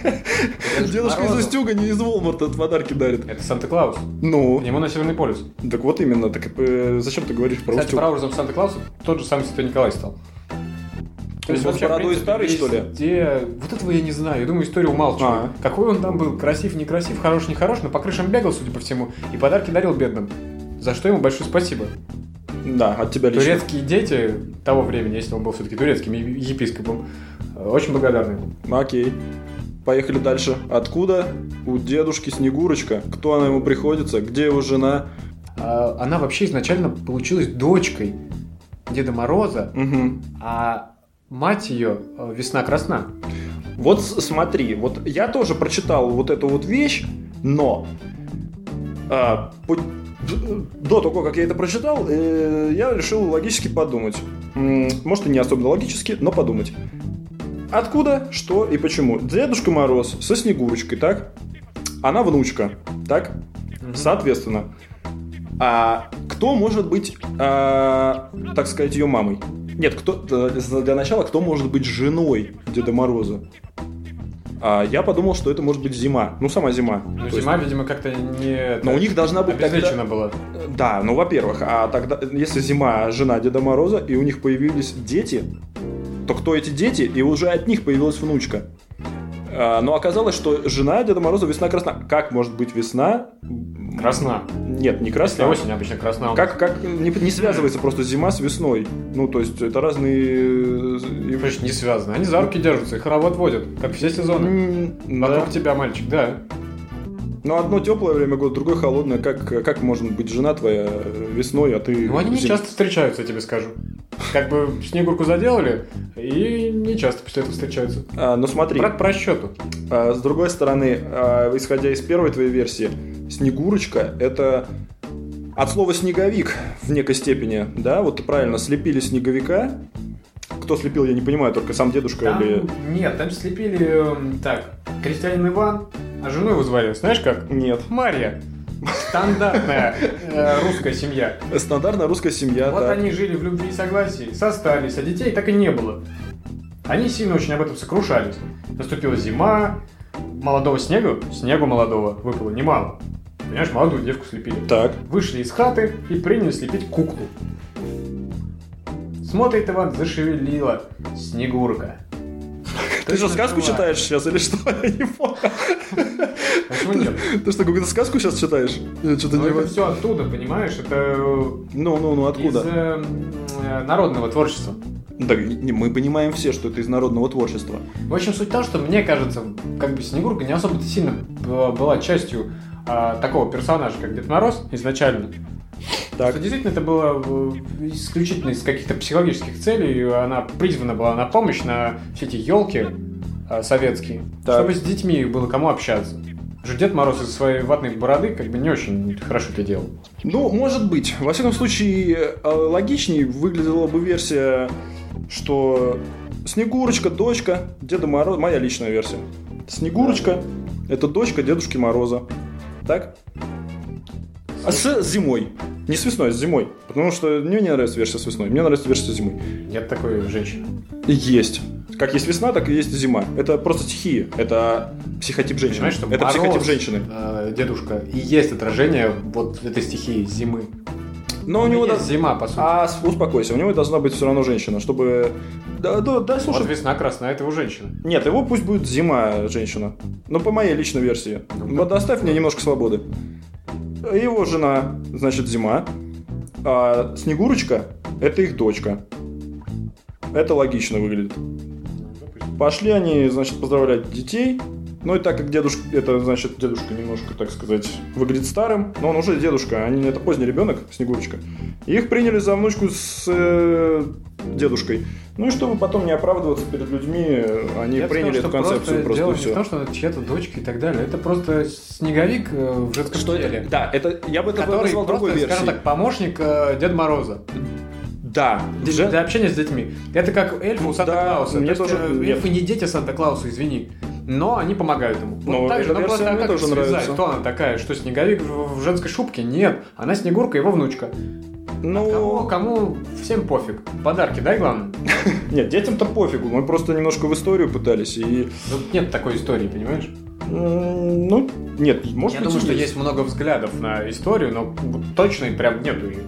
Speaker 1: Дедушка из
Speaker 2: Морозов.
Speaker 1: Устюга, не из Волмарта подарки дарит.
Speaker 2: Это Санта-Клаус.
Speaker 1: Ну,
Speaker 2: К нему на Северный полюс.
Speaker 1: так вот именно, так э, зачем ты говоришь про
Speaker 2: Кстати,
Speaker 1: Устюг?
Speaker 2: прообразом Санта-Клауса тот же самый Святой Николай стал.
Speaker 1: Он с бородой
Speaker 2: в принципе,
Speaker 1: старый, что ли?
Speaker 2: везде- Вот этого я не знаю. Я думаю, историю умалчиваю.
Speaker 1: А.
Speaker 2: Какой он там был, красив, некрасив, хорош, нехорош, но по крышам бегал, судя по всему, и подарки дарил бедным. За что ему большое спасибо.
Speaker 1: Да, от тебя лично.
Speaker 2: Турецкие дети того времени, если он был все-таки турецким е- епископом, э, очень благодарны. ему.
Speaker 1: Окей. Поехали дальше. Откуда у дедушки Снегурочка? Кто она ему приходится? Где его жена?
Speaker 2: А, Она вообще изначально получилась дочкой Деда Мороза,
Speaker 1: Угу.
Speaker 2: а мать э, ее весна красна.
Speaker 1: Вот с- смотри, вот я тоже прочитал вот эту вот вещь, но а, по- до того, как я это прочитал, э, я решил логически подумать. М, Может и не особенно логически, но подумать. Откуда, что и почему? Дедушка Мороз со Снегурочкой, так? Она внучка, так? Соответственно. А кто может быть, а, так сказать, ее мамой? Нет, кто э, для начала, кто может быть женой Деда Мороза? А, я подумал, что это может быть зима. Ну, сама зима.
Speaker 2: Ну,
Speaker 1: То есть-
Speaker 2: зима, видимо, как-то не...
Speaker 1: но у них должна быть тогда-
Speaker 2: обезличена была.
Speaker 1: Да, ну, во-первых, а тогда, если зима жена Деда Мороза, и у них появились дети, то кто эти дети? И уже от них появилась внучка. А, но оказалось, что жена Деда Мороза весна красна. Как может быть весна?
Speaker 2: Красна.
Speaker 1: Нет, не
Speaker 2: Красная
Speaker 1: красна.
Speaker 2: осень обычно красна. у нас.
Speaker 1: Как, как не, не связывается просто зима с весной? Ну, то есть это разные... э,
Speaker 2: Ну, Значит, не связаны. Они за руки держатся, и хоровод водят, как все сезоны.
Speaker 1: м, да.
Speaker 2: Вокруг тебя, мальчик, да.
Speaker 1: Ну, одно теплое время года, другое холодное. Как, как может быть жена твоя весной, а ты...
Speaker 2: Ну, они не
Speaker 1: зимой?
Speaker 2: часто встречаются, я тебе скажу. Как бы Снегурку заделали, и не часто после этого встречаются.
Speaker 1: А, ну, смотри,
Speaker 2: Брак по расчету.
Speaker 1: а, с другой стороны, а, исходя из первой твоей версии, Снегурочка — это от слова «снеговик» в некой степени, да? Вот ты правильно, слепили снеговика. Кто слепил, я не понимаю, только сам дедушка или...
Speaker 2: нет, там слепили, эм, так, крестьянин Иван, а жену его звали, знаешь как?
Speaker 1: Нет.
Speaker 2: Марья. Стандартная э, русская семья.
Speaker 1: Стандартная русская семья,
Speaker 2: Вот
Speaker 1: да.
Speaker 2: они жили в любви и согласии, состарились, а детей так и не было. Они сильно очень об этом сокрушались. Наступила зима, молодого снега, снегу молодого выпало немало. Понимаешь, молодую девку слепили.
Speaker 1: Так.
Speaker 2: Вышли из хаты и принялись лепить куклу. Смотрит Иван, зашевелила Снегурка.
Speaker 1: Ты что,
Speaker 2: Точно
Speaker 1: сказку
Speaker 2: жива.
Speaker 1: читаешь сейчас или что? Я не понял.
Speaker 2: Почему нет?
Speaker 1: Ты что, какую-то сказку сейчас читаешь? Я что-то
Speaker 2: Ну,
Speaker 1: не
Speaker 2: это
Speaker 1: понимаю.
Speaker 2: все оттуда, понимаешь? Это э,
Speaker 1: Ну, ну, ну,
Speaker 2: из
Speaker 1: откуда?
Speaker 2: эм, э, народного творчества.
Speaker 1: Да, не- мы понимаем все, что это из народного творчества.
Speaker 2: В общем, суть в том, что мне кажется, как бы Снегурка не особо сильно б- была частью а, такого персонажа, как Дед Мороз изначально.
Speaker 1: Так.
Speaker 2: Что действительно это было э, исключительно из каких-то психологических целей. и Она призвана была на помощь на все эти елки советские,
Speaker 1: Так.
Speaker 2: чтобы с детьми было кому общаться. Потому что Дед Мороз из-за своей ватной бороды как бы не очень хорошо это делал.
Speaker 1: Ну, может быть. Во всяком случае, э, логичнее выглядела бы версия, что Снегурочка, дочка Деда Мороза. Моя личная версия. Снегурочка – это дочка Дедушки Мороза. Так? А с зимой. Не с весной, а с зимой. Потому что мне не нравится версия с весной. Мне нравится версия с зимой.
Speaker 2: Нет такой женщины.
Speaker 1: Есть. Как есть весна, так и есть зима. Это просто стихия. Это психотип женщины.
Speaker 2: Понимаешь, что
Speaker 1: это
Speaker 2: Мороз,
Speaker 1: психотип женщины.
Speaker 2: э, дедушка, и есть отражение вот этой стихии зимы.
Speaker 1: Но Ну, у него...
Speaker 2: есть
Speaker 1: до-
Speaker 2: зима, по сути.
Speaker 1: А с- успокойся, у него должна быть все равно женщина, чтобы... Да, да, да,
Speaker 2: Вот
Speaker 1: слушай.
Speaker 2: весна красная, а это у женщины.
Speaker 1: Нет, его пусть будет зима, женщина. Но по моей личной версии.
Speaker 2: Ну,
Speaker 1: Вот Доставь мне немножко свободы. Его жена, значит, зима. А Снегурочка – это их дочка. Это логично выглядит. Пошли они, значит, поздравлять детей. Ну и так как дедушка, это значит, дедушка немножко, так сказать, выглядит старым, но он уже дедушка, а они, это поздний ребенок, Снегурочка. И их приняли за внучку с э, дедушкой. Ну и чтобы потом не оправдываться перед людьми, э, они
Speaker 2: Я бы
Speaker 1: приняли эту
Speaker 2: сказал, что
Speaker 1: концепцию просто,
Speaker 2: дело
Speaker 1: и все.
Speaker 2: не в том, что это чья-то дочка и так далее. Это просто снеговик э, в женском теле.
Speaker 1: Да, это я бы это
Speaker 2: Который
Speaker 1: назвал другой
Speaker 2: просто,
Speaker 1: версией.
Speaker 2: скажем так, помощник э, Деда Мороза.
Speaker 1: да,
Speaker 2: Для,
Speaker 1: Жен-
Speaker 2: для общения с детьми. Это как эльфы у Санта-Клауса.
Speaker 1: мне
Speaker 2: То есть,
Speaker 1: тоже-
Speaker 2: э,
Speaker 1: нет.
Speaker 2: эльфы не дети Санта-Клауса, извини. Но они помогают ему.
Speaker 1: Но
Speaker 2: вот так же,
Speaker 1: эта
Speaker 2: ну
Speaker 1: версия
Speaker 2: просто а
Speaker 1: мне
Speaker 2: как
Speaker 1: тоже
Speaker 2: это связать?
Speaker 1: нравится.
Speaker 2: Кто она такая? Что, снеговик в в женской шубке? Нет, она Снегурка, его внучка.
Speaker 1: ну,
Speaker 2: Кому, кому всем пофиг. Подарки дай, главное.
Speaker 1: нет, детям-то пофигу, мы просто немножко в историю пытались и,
Speaker 2: Тут Ну, нет такой истории, понимаешь?
Speaker 1: м, ну, нет, может
Speaker 2: Я
Speaker 1: быть,
Speaker 2: думаю,
Speaker 1: и
Speaker 2: что есть много взглядов на историю, но вот точной прям нету ее.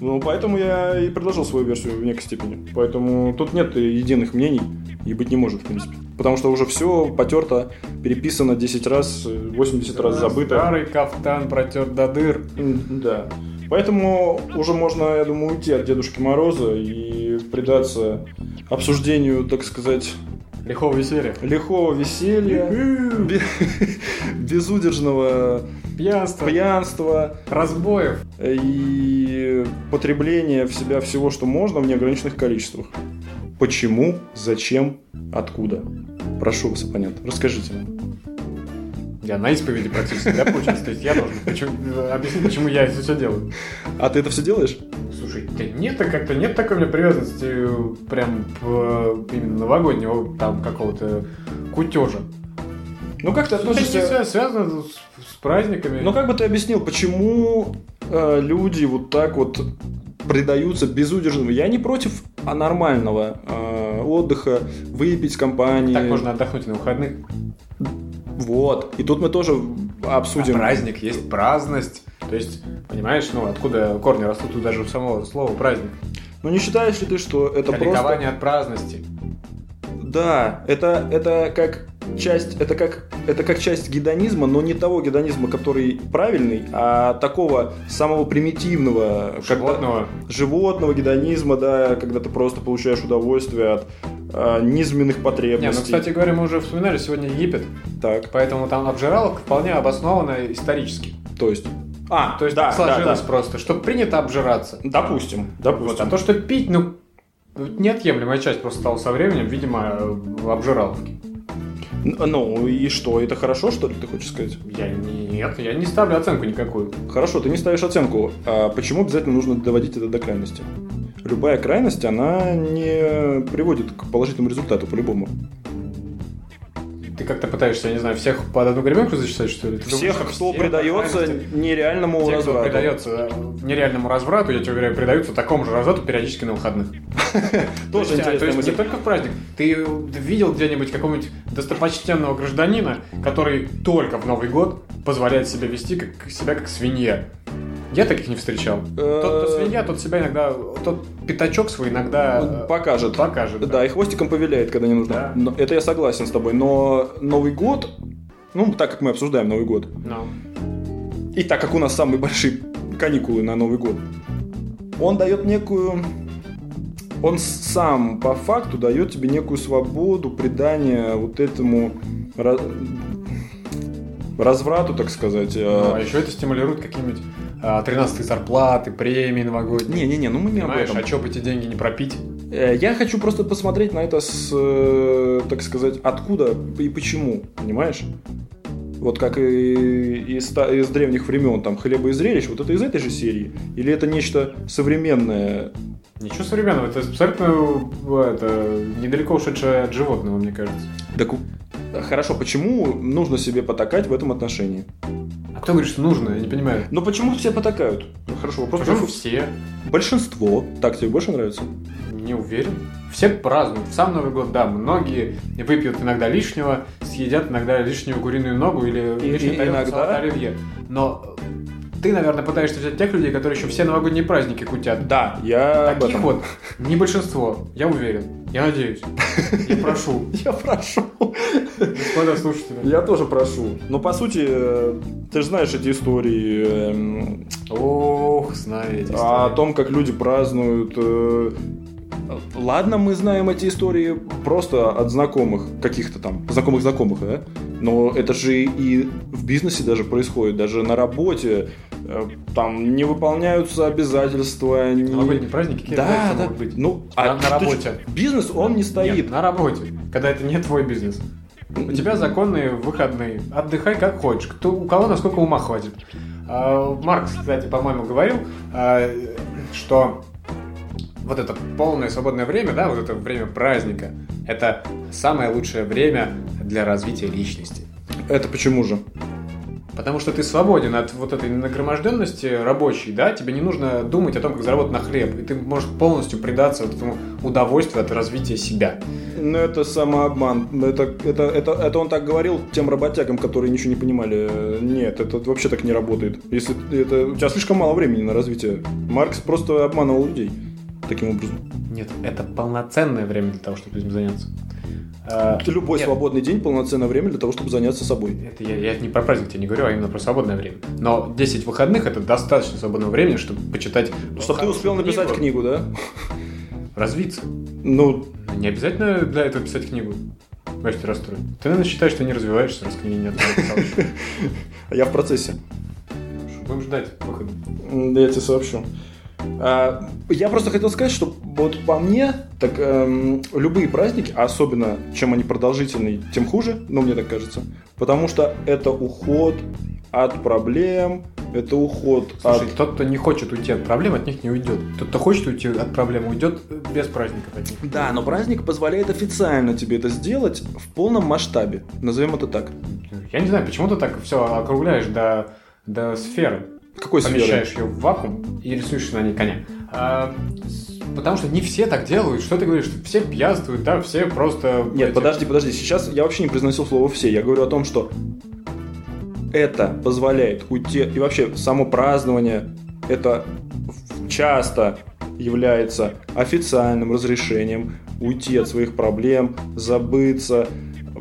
Speaker 1: Ну, поэтому я и предложил свою версию в некой степени. Поэтому тут нет единых мнений и быть не может, в принципе. Потому что уже все потерто, переписано 10 раз, 80 раз забыто.
Speaker 2: Старый кафтан протер до дыр.
Speaker 1: М, Да. Поэтому уже можно, я думаю, уйти от Дедушки Мороза и предаться обсуждению, так сказать,
Speaker 2: Лихого веселья.
Speaker 1: лихого веселья, бе- безудержного
Speaker 2: Пьянство.
Speaker 1: пьянства
Speaker 2: Разбоев.
Speaker 1: и потребление в себя всего, что можно, в неограниченных количествах. Почему, зачем, откуда? Прошу вас, оппонент, расскажите нам.
Speaker 2: Я на исповеди практически, да, получается? То есть я должен почему- объяснить, почему я это все делаю.
Speaker 1: А ты это все делаешь?
Speaker 2: Слушай, да нет, так как-то нет такой у меня привязанности э, прям э, именно новогоднего там какого-то кутежа.
Speaker 1: Ну как ты относишься...
Speaker 2: связано с, с праздниками.
Speaker 1: Ну как бы ты объяснил, почему э, люди вот так вот предаются безудержному? Я не против а нормального э, отдыха, выпить с компанией.
Speaker 2: так можно отдохнуть на выходных.
Speaker 1: Вот. И тут мы тоже обсудим.
Speaker 2: А праздник есть праздность. То есть, понимаешь, ну откуда корни растут тут даже у самого слова праздник.
Speaker 1: Ну не считаешь ли ты, что это просто...
Speaker 2: Ликование от праздности.
Speaker 1: Да, это, это как часть, это как, это как часть гедонизма, но не того гедонизма, который правильный, а такого самого примитивного, когда-
Speaker 2: Животного.
Speaker 1: животного гедонизма, да, когда ты просто получаешь удовольствие от э, низменных
Speaker 2: Не,
Speaker 1: потребностей.
Speaker 2: ну, кстати говоря, мы уже вспоминали сегодня Египет,
Speaker 1: Так,
Speaker 2: поэтому там обжиралок вполне обоснованно исторически.
Speaker 1: то есть... А,
Speaker 2: То есть
Speaker 1: да,
Speaker 2: так сложилось
Speaker 1: да,
Speaker 2: просто, что принято обжираться.
Speaker 1: да. Допустим,
Speaker 2: Вот,
Speaker 1: допустим.
Speaker 2: а то, что пить, ну, неотъемлемая часть просто стала со временем, видимо, э, обжираловки.
Speaker 1: Н- Ну и что, это хорошо, что ли, ты хочешь сказать?
Speaker 2: Я не- нет, я не ставлю оценку никакую.
Speaker 1: Хорошо, ты не ставишь оценку. А почему обязательно нужно доводить это до крайности? Любая крайность, она не приводит к положительному результату, по-любому.
Speaker 2: Ты как-то пытаешься, я не знаю, всех под одну гребенку зачесать, что ли? Ты думаешь,
Speaker 1: Всех,
Speaker 2: что
Speaker 1: кто
Speaker 2: все
Speaker 1: предается
Speaker 2: крайности-
Speaker 1: нереальному
Speaker 2: Те, кто
Speaker 1: разврату.
Speaker 2: предается э, нереальному разврату, я тебе уверяю, предаются такому же разврату периодически на выходных.
Speaker 1: Тоже
Speaker 2: То есть, а, то
Speaker 1: интересная
Speaker 2: есть
Speaker 1: мысль.
Speaker 2: не только в праздник. Ты видел где-нибудь какого-нибудь достопочтенного гражданина, который только в Новый год позволяет себе вести как, себя как свинья? Я таких не встречал.
Speaker 1: Э,
Speaker 2: Тот, кто свинья, тот себя иногда... Тот пятачок свой иногда... э,
Speaker 1: ну, Покажет.
Speaker 2: Покажет.
Speaker 1: Да, и хвостиком повеляет, когда не нужно.
Speaker 2: Да.
Speaker 1: Но- Это я согласен с тобой. Но Новый год, ну, так как мы обсуждаем Новый год,
Speaker 2: Но.
Speaker 1: и так как у нас самые большие каникулы на Новый год, он дает некую... Он сам по факту дает тебе некую свободу придания вот этому ра- разврату, так сказать.
Speaker 2: Ну, а
Speaker 1: Э,
Speaker 2: еще это стимулирует какие-нибудь а, 13 зарплаты, премии новогодние.
Speaker 1: Не-не-не, ну мы не об
Speaker 2: Понимаешь,
Speaker 1: этом.
Speaker 2: а что бы эти деньги не пропить?
Speaker 1: Э, Я хочу просто посмотреть на это с, э, так сказать, откуда и почему, понимаешь? Вот как и из, ста- из древних времен, там, хлеба и зрелищ, вот это из этой же серии? Или это нечто современное?
Speaker 2: Ничего современного, это абсолютно э, это, недалеко ушедшее от животного, мне кажется.
Speaker 1: Так, у- хорошо, почему нужно себе потакать в этом отношении?
Speaker 2: А кто говорит, что нужно? Я не понимаю.
Speaker 1: Но почему все потакают? Ну, Хорошо, вопрос.
Speaker 2: Почему
Speaker 1: большой.
Speaker 2: все?
Speaker 1: Большинство. Так тебе больше нравится?
Speaker 2: Не уверен. Все празднуют. В сам Новый год, да, многие выпьют иногда лишнего, съедят иногда лишнюю куриную ногу или
Speaker 1: И-
Speaker 2: лишний
Speaker 1: и
Speaker 2: тарелку
Speaker 1: иногда-
Speaker 2: салата оливье. Но э, Ты, наверное, пытаешься взять тех людей, которые еще все новогодние праздники кутят.
Speaker 1: Да, я об
Speaker 2: Таких
Speaker 1: этом.
Speaker 2: вот не большинство, я уверен. Я надеюсь. Я прошу.
Speaker 1: Я прошу.
Speaker 2: Господа слушатели.
Speaker 1: Я тоже прошу. Но по сути, э, ты же знаешь эти истории эм,
Speaker 2: Ох, знаю эти
Speaker 1: о
Speaker 2: истории.
Speaker 1: том, как люди празднуют. э, Ладно, мы знаем эти истории просто от знакомых, каких-то там, знакомых знакомых, да? Но это же и в бизнесе даже происходит, даже на работе. э, Там не выполняются обязательства. не-
Speaker 2: Новогодние праздники какие
Speaker 1: Да,
Speaker 2: обязательства
Speaker 1: да.
Speaker 2: могут быть?
Speaker 1: Ну,
Speaker 2: На-
Speaker 1: ты
Speaker 2: на
Speaker 1: чё,
Speaker 2: работе.
Speaker 1: Бизнес, он не
Speaker 2: Нет,
Speaker 1: стоит.
Speaker 2: на работе, когда это не твой бизнес. У тебя законные выходные. Отдыхай как хочешь. Кто, у кого насколько ума хватит. А, Маркс, кстати, по-моему, говорил, а, что вот это полное свободное время, да, вот это время праздника, это самое лучшее время для развития личности.
Speaker 1: Это почему же?
Speaker 2: Потому что ты свободен от вот этой нагроможденности рабочей, да, тебе не нужно думать о том, как заработать на хлеб, и ты можешь полностью предаться вот этому удовольствию от развития себя.
Speaker 1: Ну, это самообман. Ну, Это, это, это, это он так говорил тем работягам, которые ничего не понимали. Э, Нет, это вообще так не работает. Если ты- это, у тебя слишком мало времени на развитие. Маркс просто обманывал людей таким образом.
Speaker 2: Нет, это полноценное время для того, чтобы этим заняться. А,
Speaker 1: Это любой
Speaker 2: нет,
Speaker 1: свободный день полноценное время для того, чтобы заняться собой.
Speaker 2: Это я, я не про праздник тебе не говорю, а именно про свободное время. Но 10 выходных это достаточно свободного времени, чтобы почитать.
Speaker 1: Ну, чтобы ты успел
Speaker 2: хорошую
Speaker 1: написать книгу, да?
Speaker 2: Развиться.
Speaker 1: Ну,
Speaker 2: Не обязательно для этого писать книгу. Значит, расстроен. Ты, наверное, считаешь, что не развиваешься, раз книги не написал.
Speaker 1: а я в процессе.
Speaker 2: Будем ждать выхода.
Speaker 1: М, да Я тебе сообщу. А, я просто хотел сказать, что вот по мне, так эм, любые праздники, а особенно чем они продолжительные, тем хуже, ну мне так кажется, потому что это уход от проблем, это уход
Speaker 2: Слушай,
Speaker 1: от...
Speaker 2: тот, кто А не хочет уйти от проблем, от них не уйдет. Тот, кто хочет уйти от проблем, уйдет без праздников от них.
Speaker 1: Да, но праздник позволяет официально тебе это сделать в полном масштабе, назовем это так.
Speaker 2: Я не знаю, почему ты так все округляешь до, до сферы.
Speaker 1: Какой сферы?
Speaker 2: помещаешь ее в вакуум и рисуешь на ней коня. А, с- потому что не все так делают. Что ты говоришь? что Все пьянствуют, да, все просто...
Speaker 1: Нет,
Speaker 2: эти-
Speaker 1: подожди, подожди, сейчас я вообще не произносил слово «все», я говорю о том, что это позволяет уйти, и вообще само празднование, это в- часто является официальным разрешением уйти от своих проблем, забыться,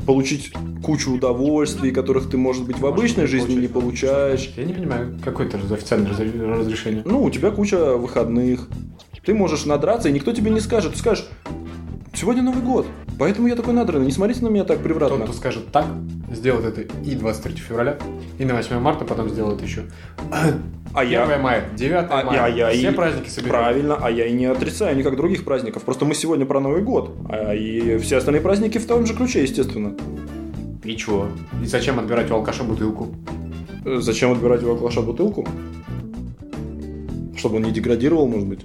Speaker 1: получить кучу удовольствий, которых ты, может быть, в
Speaker 2: Может,
Speaker 1: обычной
Speaker 2: не
Speaker 1: жизни не получаешь.
Speaker 2: Я не понимаю, какое это раз- официальное разр- разрешение.
Speaker 1: Ну, у тебя куча выходных, ты можешь надраться, и никто тебе не скажет. Ты скажешь, сегодня Новый год, поэтому я такой надранный, не смотрите на меня так превратно.
Speaker 2: Тот, кто скажет так, сделает это и 23 февраля, и на 8 марта потом сделает еще.
Speaker 1: А
Speaker 2: 1 мая, 9
Speaker 1: А,
Speaker 2: мая.
Speaker 1: я- я
Speaker 2: все
Speaker 1: и-
Speaker 2: праздники соберем.
Speaker 1: Правильно, а я и не отрицаю никак других праздников. Просто мы сегодня про Новый год, а и все остальные праздники в том же ключе, естественно.
Speaker 2: И чего? И зачем отбирать у алкаша бутылку?
Speaker 1: Э, Зачем отбирать у алкаша бутылку? Чтобы он не деградировал, может быть.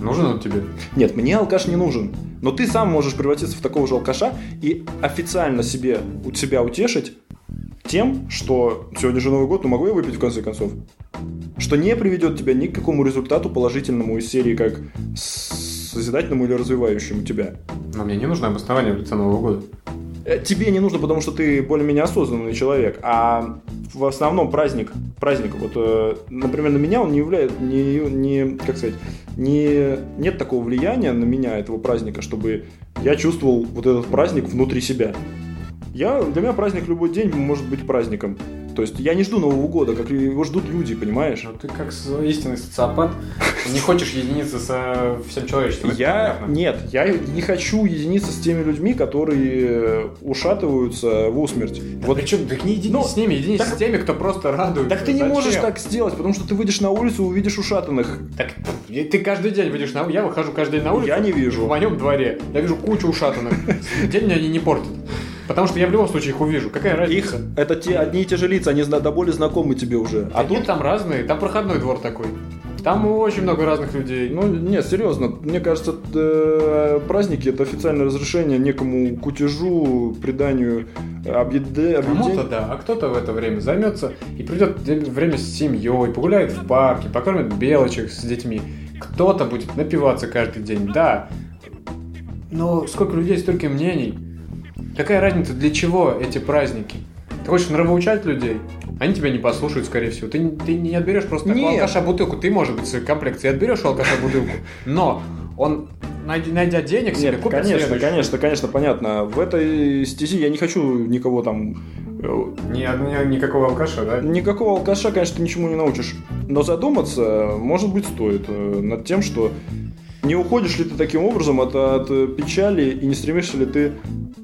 Speaker 2: Нужен он тебе?
Speaker 1: Нет, мне алкаш не нужен. Но ты сам можешь превратиться в такого же алкаша и официально себе, у себя утешить тем, что сегодня же Новый год, ну могу я выпить в конце концов? Что не приведет тебя ни к какому результату положительному из серии, как с- созидательному или развивающему тебя.
Speaker 2: Но мне не нужно обоснование в лице Нового года.
Speaker 1: Э, Тебе не нужно, потому что ты более-менее осознанный человек, а в основном праздник, праздник, вот, э, например, на меня он не являет, не, не, как сказать, не, нет такого влияния на меня этого праздника, чтобы я чувствовал вот этот праздник внутри себя. Я, для меня праздник любой день может быть праздником. То есть я не жду Нового года, как его ждут люди, понимаешь?
Speaker 2: Ну, ты как со- истинный социопат не хочешь единиться со всем человечеством. Ну, это
Speaker 1: Я
Speaker 2: понятно.
Speaker 1: нет, я не хочу единиться с теми людьми, которые ушатываются в усмерть.
Speaker 2: Вот причем, так не единись
Speaker 1: Ну,
Speaker 2: с ними, единись
Speaker 1: так-
Speaker 2: с теми, кто просто радует.
Speaker 1: Так ты не можешь так сделать, потому что ты выйдешь на улицу и увидишь ушатанных.
Speaker 2: Так пф, и ты каждый день выйдешь на улицу. Я выхожу каждый день на улицу.
Speaker 1: Я не вижу.
Speaker 2: В моем дворе. Я вижу кучу ушатанных. День меня они не портят. Потому что я в любом случае их увижу. Какая
Speaker 1: Их,
Speaker 2: разница?
Speaker 1: это те одни и те же лица, они зна- до боли знакомы тебе уже.
Speaker 2: А тут там разные, там проходной двор такой. Там очень много разных людей.
Speaker 1: Ну, нет, серьезно, мне кажется, э, праздники это официальное разрешение некому кутежу, преданию,
Speaker 2: А
Speaker 1: объеде,
Speaker 2: Кому-то
Speaker 1: объединению.
Speaker 2: да, а кто-то в это время займется и придет время с семьей, погуляет в парке, покормит белочек с детьми. Кто-то будет напиваться каждый день, да. Но сколько людей, столько мнений. Какая разница, для чего эти праздники? Ты хочешь нравоучать людей? Они тебя не послушают, скорее всего. Ты, ты не отберешь просто так у
Speaker 1: Нет.
Speaker 2: алкаша бутылку. Ты, может быть, в комплекте отберешь у алкаша бутылку, но он, найдя, найдя денег, себе
Speaker 1: Нет,
Speaker 2: купит
Speaker 1: конечно,
Speaker 2: следующую.
Speaker 1: конечно, конечно, понятно. В этой стези я не хочу никого там... э,
Speaker 2: Ни, одни- никакого алкаша, да?
Speaker 1: Никакого алкаша, конечно, ты ничему не научишь. Но задуматься, может быть, стоит э, над тем, что не уходишь ли ты таким образом от, от э, печали и не стремишься ли ты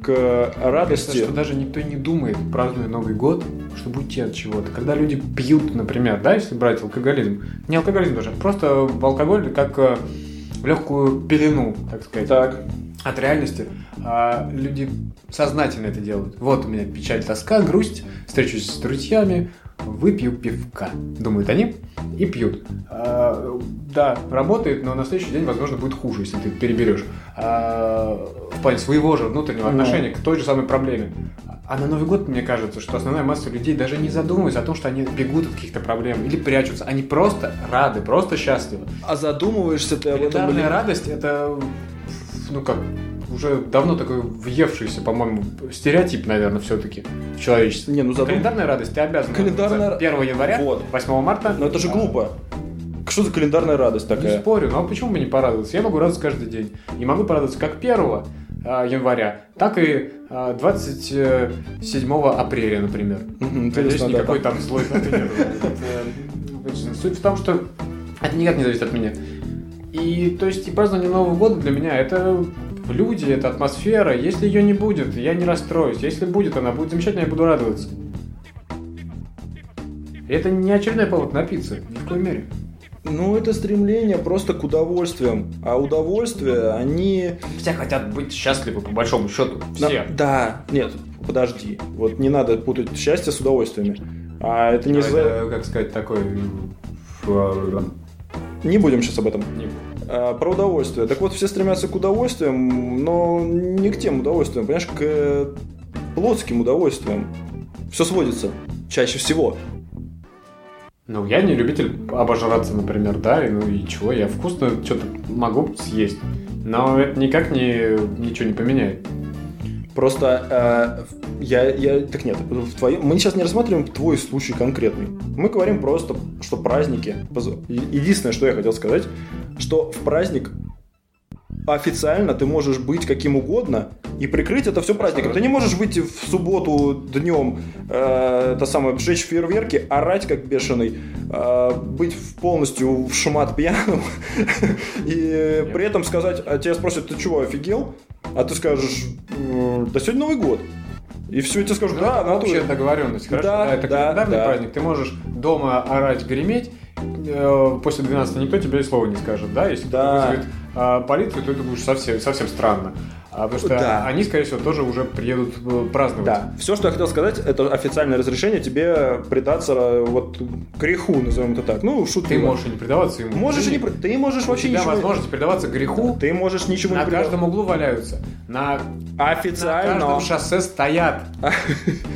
Speaker 1: к радости.
Speaker 2: Кажется, что даже никто не думает, празднуя Новый год, чтобы уйти от чего-то. Когда люди пьют, например, да, если брать алкоголизм, не алкоголизм даже, а просто в алкоголь как э, легкую пелену, так сказать,
Speaker 1: Так,
Speaker 2: от реальности. А люди сознательно это делают. Вот у меня печаль, тоска, грусть, встречусь с друзьями, выпью пивка, думают они, и пьют. А, да, работает, но на следующий день, возможно, будет хуже, если ты переберешь. А, в плане своего же внутреннего
Speaker 1: Ну.
Speaker 2: отношения к той же самой проблеме. А на Новый год, мне кажется, что основная масса людей даже не задумывается о том, что они бегут от каких-то проблем или прячутся. Они просто рады, просто счастливы.
Speaker 1: а задумываешься ты об этом или
Speaker 2: Элитарная радость это ну как уже давно такой въевшийся, по-моему, стереотип, наверное, все-таки в человечестве.
Speaker 1: Не, ну задум...
Speaker 2: Календарная радость, ты обязан
Speaker 1: Календарная
Speaker 2: радоваться 1 января,
Speaker 1: Вот.
Speaker 2: 8 марта.
Speaker 1: Но это же
Speaker 2: А,
Speaker 1: глупо. Что за календарная радость
Speaker 2: Не
Speaker 1: такая?
Speaker 2: спорю, но почему бы не порадоваться? Я могу радоваться каждый день. И могу порадоваться как 1 а, января, так и а, 27 апреля, например.
Speaker 1: Мгм,
Speaker 2: Надеюсь,
Speaker 1: интересно, да,
Speaker 2: никакой
Speaker 1: да.
Speaker 2: там злой даты не было. Это, э, Суть в том, что это никак не зависит от меня. И то есть и празднование Нового года для меня это люди, это атмосфера. Если ее не будет, я не расстроюсь. Если будет, она будет замечательно, я буду радоваться. И это не очередной повод напиться, ни в коей мере.
Speaker 1: Ну, это стремление просто к удовольствиям. А удовольствия, они...
Speaker 2: Все хотят быть счастливы, по большому счету.
Speaker 1: На-
Speaker 2: Все.
Speaker 1: Да, нет, подожди. Вот не надо путать счастье с удовольствиями. А это не...
Speaker 2: Ну,
Speaker 1: за-
Speaker 2: это, как сказать, такой... э,
Speaker 1: Не будем сейчас об этом. А, про удовольствие. Так вот, все стремятся к удовольствиям, но не к тем удовольствиям, понимаешь, к э, плотским удовольствиям. Все сводится. Чаще всего.
Speaker 2: Ну, я не любитель обожраться, например, да, и, ну и чего, я вкусно что-то могу съесть. Но это никак не, ничего не поменяет.
Speaker 1: Просто э, я, я... Так нет, в твоем... мы сейчас не рассматриваем твой случай конкретный. Мы говорим просто, что праздники... поз- е- Единственное, что я хотел сказать, что в праздник официально ты можешь быть каким угодно и прикрыть это все праздником. Ты не можешь выйти в субботу днем, э, это самое, сжечь фейерверки, орать как бешеный, э, быть в- полностью в шмат пьяным, и при этом сказать, а тебя спросят, ты чего, офигел? А ты скажешь, «М, да сегодня Новый год. И все, тебе скажут, да,
Speaker 2: это вообще
Speaker 1: надо.
Speaker 2: договоренность, хорошо?
Speaker 1: Да,
Speaker 2: Да, это
Speaker 1: да,
Speaker 2: календарный
Speaker 1: да.
Speaker 2: праздник. Ты можешь дома орать, греметь, э, после 12 никто тебе и слова не скажет, да? Если
Speaker 1: Да.
Speaker 2: кто-то вызовет э, полицию, то это будет совсем, совсем странно. А, потому что
Speaker 1: Да.
Speaker 2: они, скорее всего, тоже уже приедут э, праздновать.
Speaker 1: Да, все, что я хотел сказать, это официальное разрешение тебе предаться э, вот к греху, назовем это так. Ну, шутки.
Speaker 2: Ты можешь и не предаваться ему.
Speaker 1: Можешь и не...
Speaker 2: предаваться.
Speaker 1: при- Ты можешь
Speaker 2: У
Speaker 1: вообще
Speaker 2: тебя
Speaker 1: ничего...
Speaker 2: возможность предаваться греху
Speaker 1: Ты можешь ничего
Speaker 2: на
Speaker 1: не предавать.
Speaker 2: каждом углу валяются. На На
Speaker 1: Официально.
Speaker 2: каждом шоссе стоят.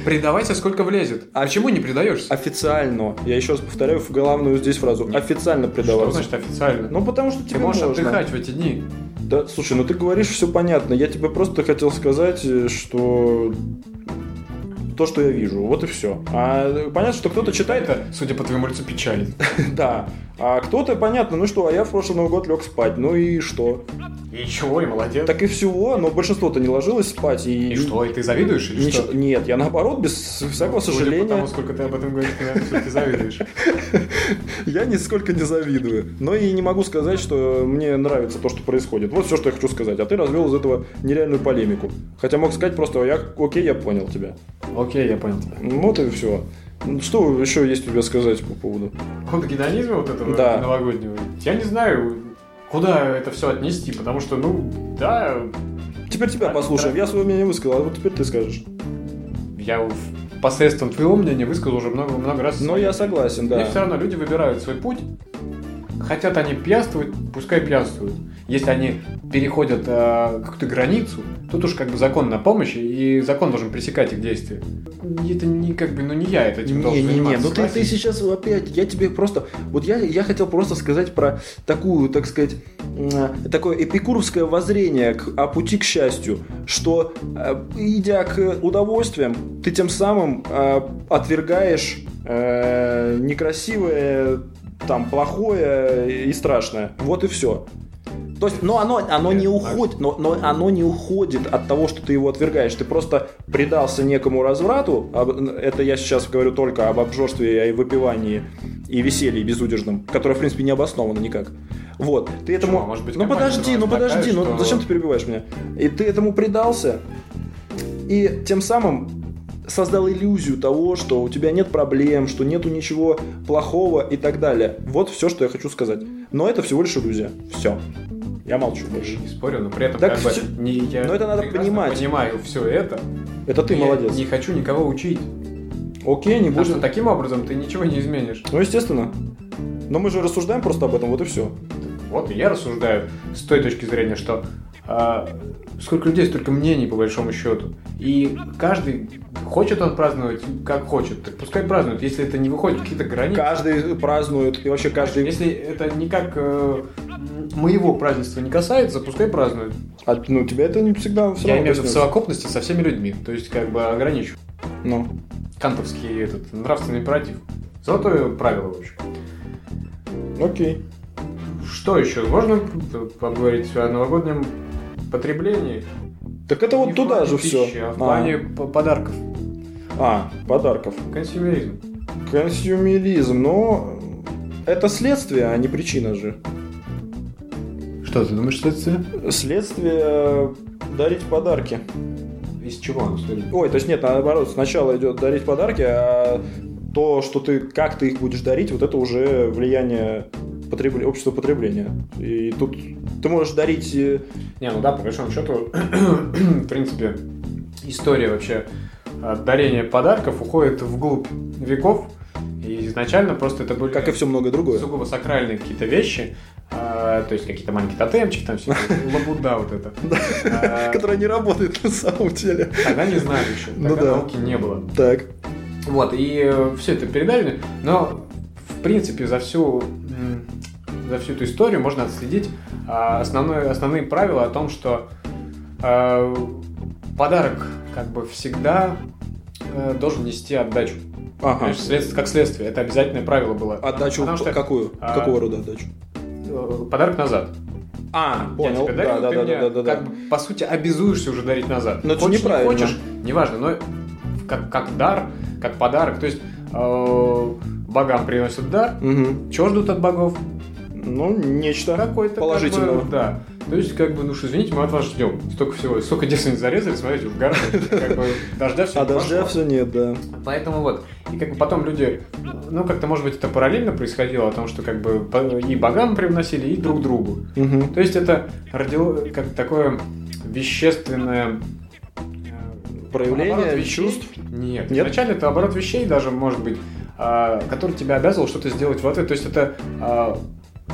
Speaker 2: Предавайся, сколько влезет.
Speaker 1: А
Speaker 2: А чему не предаешься?
Speaker 1: Официально. Я еще раз повторяю в главную здесь фразу. Официально
Speaker 2: Что
Speaker 1: предаваться.
Speaker 2: значит официально?
Speaker 1: Ну, потому что тебе
Speaker 2: Ты можешь
Speaker 1: можно.
Speaker 2: отдыхать в эти дни.
Speaker 1: Да, слушай, ну ты говоришь все понятно. Я тебе просто хотел сказать, э, что то, что я вижу, вот и все. А э, понятно, что кто-то читает,
Speaker 2: Это, судя по твоему лицу, печалит.
Speaker 1: да. А кто-то, понятно, ну что, а я в прошлый Новый год лег спать, ну и что?
Speaker 2: И чего, и молодец.
Speaker 1: Так и всего, но большинство-то не ложилось спать. И,
Speaker 2: И что, и ты завидуешь или
Speaker 1: Ничего-
Speaker 2: что?
Speaker 1: Нет, я наоборот, без всякого
Speaker 2: Судя
Speaker 1: сожаления.
Speaker 2: по тому, сколько ты об этом говоришь, ты, наверное, все-таки завидуешь.
Speaker 1: Я нисколько не завидую. Но и не могу сказать, что мне нравится то, что происходит. Вот все, что я хочу сказать. А ты развел из этого нереальную полемику. Хотя мог сказать просто, я, окей, я понял тебя.
Speaker 2: Окей, я понял тебя.
Speaker 1: Ну, Вот и все. Что еще есть у тебя сказать по поводу?
Speaker 2: Код гедонизма вот этого
Speaker 1: Да.
Speaker 2: новогоднего. Я не знаю, куда это все отнести, потому что, ну, да,
Speaker 1: Теперь тебя
Speaker 2: Да,
Speaker 1: послушаем.
Speaker 2: да.
Speaker 1: Я свое мнение высказал, а вот теперь ты скажешь.
Speaker 2: я в- посредством твоего мнения высказал уже много-много раз.
Speaker 1: Но
Speaker 2: свои.
Speaker 1: Ну, я согласен, да.
Speaker 2: Мне все равно люди выбирают свой путь. Хотят они пьянствовать, пускай пьянствуют. Если они переходят э, какую-то границу, тут уж как бы закон на помощь, и закон должен пресекать их действия. И Это не как бы, ну не я это этим
Speaker 1: Не,
Speaker 2: должен
Speaker 1: не, не,
Speaker 2: заниматься,
Speaker 1: ну ты, ты
Speaker 2: согласись.
Speaker 1: сейчас опять, я тебе просто, вот я, я хотел просто сказать про такую, так сказать, м, такое эпикуровское воззрение к, о пути к счастью, что э, идя к удовольствиям, ты тем самым э, отвергаешь э, э, некрасивое, там плохое и страшное. Вот и все. То есть, но оно, оно не
Speaker 2: Нет,
Speaker 1: уходит, но, но оно не уходит от того, что ты его отвергаешь. Ты просто предался некому разврату. Об- Это я сейчас говорю только об обжорстве и выпивании и веселье безудержном, которое, в принципе, не обосновано никак. Вот. Ты этому...
Speaker 2: а может быть,
Speaker 1: ну
Speaker 2: компания
Speaker 1: подожди, ну
Speaker 2: такая,
Speaker 1: подожди, ну
Speaker 2: что-
Speaker 1: зачем ты перебиваешь меня? И ты этому предался, и тем самым создал иллюзию того, что у тебя нет проблем, что нету ничего плохого и так далее. Вот все, что я хочу сказать. Но это всего лишь иллюзия. Все. Я молчу больше.
Speaker 2: Не спорю, но при этом
Speaker 1: Так
Speaker 2: как бы
Speaker 1: всё-
Speaker 2: не я.
Speaker 1: но ну, это надо
Speaker 2: прекрасно
Speaker 1: понимать.
Speaker 2: Понимаю все это.
Speaker 1: Это ты
Speaker 2: Я
Speaker 1: молодец.
Speaker 2: Не хочу никого учить.
Speaker 1: Окей, не
Speaker 2: Потому
Speaker 1: будешь.
Speaker 2: что таким образом ты ничего не изменишь.
Speaker 1: Ну, естественно. Но мы же рассуждаем просто об этом, вот и все.
Speaker 2: Вот и я рассуждаю с той точки зрения, что а, сколько людей, столько мнений по большому счету. И каждый хочет он праздновать как хочет, так пускай празднует, если это не выходит какие-то границы.
Speaker 1: Каждый празднует, и вообще каждый...
Speaker 2: Если это никак э, м, моего празднества не касается, пускай празднует. Ну,
Speaker 1: А, ну, тебя это не всегда все
Speaker 2: Я
Speaker 1: равно
Speaker 2: имею в виду в
Speaker 1: коснется.
Speaker 2: совокупности со всеми людьми. То есть как бы ограничу.
Speaker 1: Ну.
Speaker 2: Кантовский этот нравственный императив. Золотое правило, в общем.
Speaker 1: Окей.
Speaker 2: Что еще? Можно поговорить о новогоднем потреблении?
Speaker 1: Так это вот
Speaker 2: Не в
Speaker 1: туда
Speaker 2: плане
Speaker 1: же
Speaker 2: пищи,
Speaker 1: все.
Speaker 2: А в плане п- подарков.
Speaker 1: А, подарков.
Speaker 2: Консюмеризм.
Speaker 1: Консюмилизм, но это следствие, а не причина же.
Speaker 2: Что ты думаешь, что это?
Speaker 1: Следствие э, дарить подарки.
Speaker 2: Из чего оно следует?
Speaker 1: Ой, то есть нет, наоборот, сначала идет дарить подарки, а то, что ты, как ты их будешь дарить, вот это уже влияние потреб- общества потребления. И тут ты можешь дарить... э,
Speaker 2: Не, ну да, по большому счету, в принципе, история вообще э, дарения подарков уходит вглубь веков. И изначально просто это были
Speaker 1: Как и все многое другое.
Speaker 2: сугубо сакральные какие-то вещи, э, то есть какие-то маленькие тотемчики, там все лабуда вот это. Э,
Speaker 1: Которое не работает на самом деле.
Speaker 2: Тогда не знали еще,
Speaker 1: Ну
Speaker 2: тогда
Speaker 1: да.
Speaker 2: науки не было.
Speaker 1: Так.
Speaker 2: Вот, и все это передали, но в принципе за всю, м, за всю эту историю можно отследить а, основное, основные правила о том, что э, подарок как бы всегда э, должен нести отдачу.
Speaker 1: Ага.
Speaker 2: Понимаешь, след- как следствие, это обязательное правило было.
Speaker 1: Отдачу
Speaker 2: Потому что
Speaker 1: какую?
Speaker 2: а,
Speaker 1: Какого рода отдачу?
Speaker 2: э, подарок назад.
Speaker 1: А,
Speaker 2: Я
Speaker 1: понял.
Speaker 2: тебе дарил,
Speaker 1: Да, да,
Speaker 2: ты
Speaker 1: да,
Speaker 2: мне
Speaker 1: да, да, да.
Speaker 2: как бы, по сути, обязуешься уже дарить назад.
Speaker 1: Но это
Speaker 2: хочешь, не
Speaker 1: неправильно.
Speaker 2: хочешь, неважно, но как, как дар, как подарок. То есть э, богам приносят дар,
Speaker 1: Мгм.
Speaker 2: Чего ждут от богов?
Speaker 1: Ну, нечто
Speaker 2: Какой-то как
Speaker 1: положительного.
Speaker 2: бы, да. То есть, как бы, ну что, извините, мы от вас ждем. Столько всего, столько девственниц зарезали, смотрите, в горах, как бы, дождя все
Speaker 1: А дождя все нет, да.
Speaker 2: Поэтому вот. И как бы потом люди, ну как-то, может быть, это параллельно происходило, о том, что как бы по- и богам привносили, и друг другу.
Speaker 1: Мгм.
Speaker 2: То есть это родило как такое вещественное э,
Speaker 1: Проявление
Speaker 2: оборот вещей.
Speaker 1: чувств?
Speaker 2: Нет.
Speaker 1: Нет?
Speaker 2: Вначале это оборот вещей даже, может быть, а, который тебя обязывал что-то сделать в ответ. То есть это а,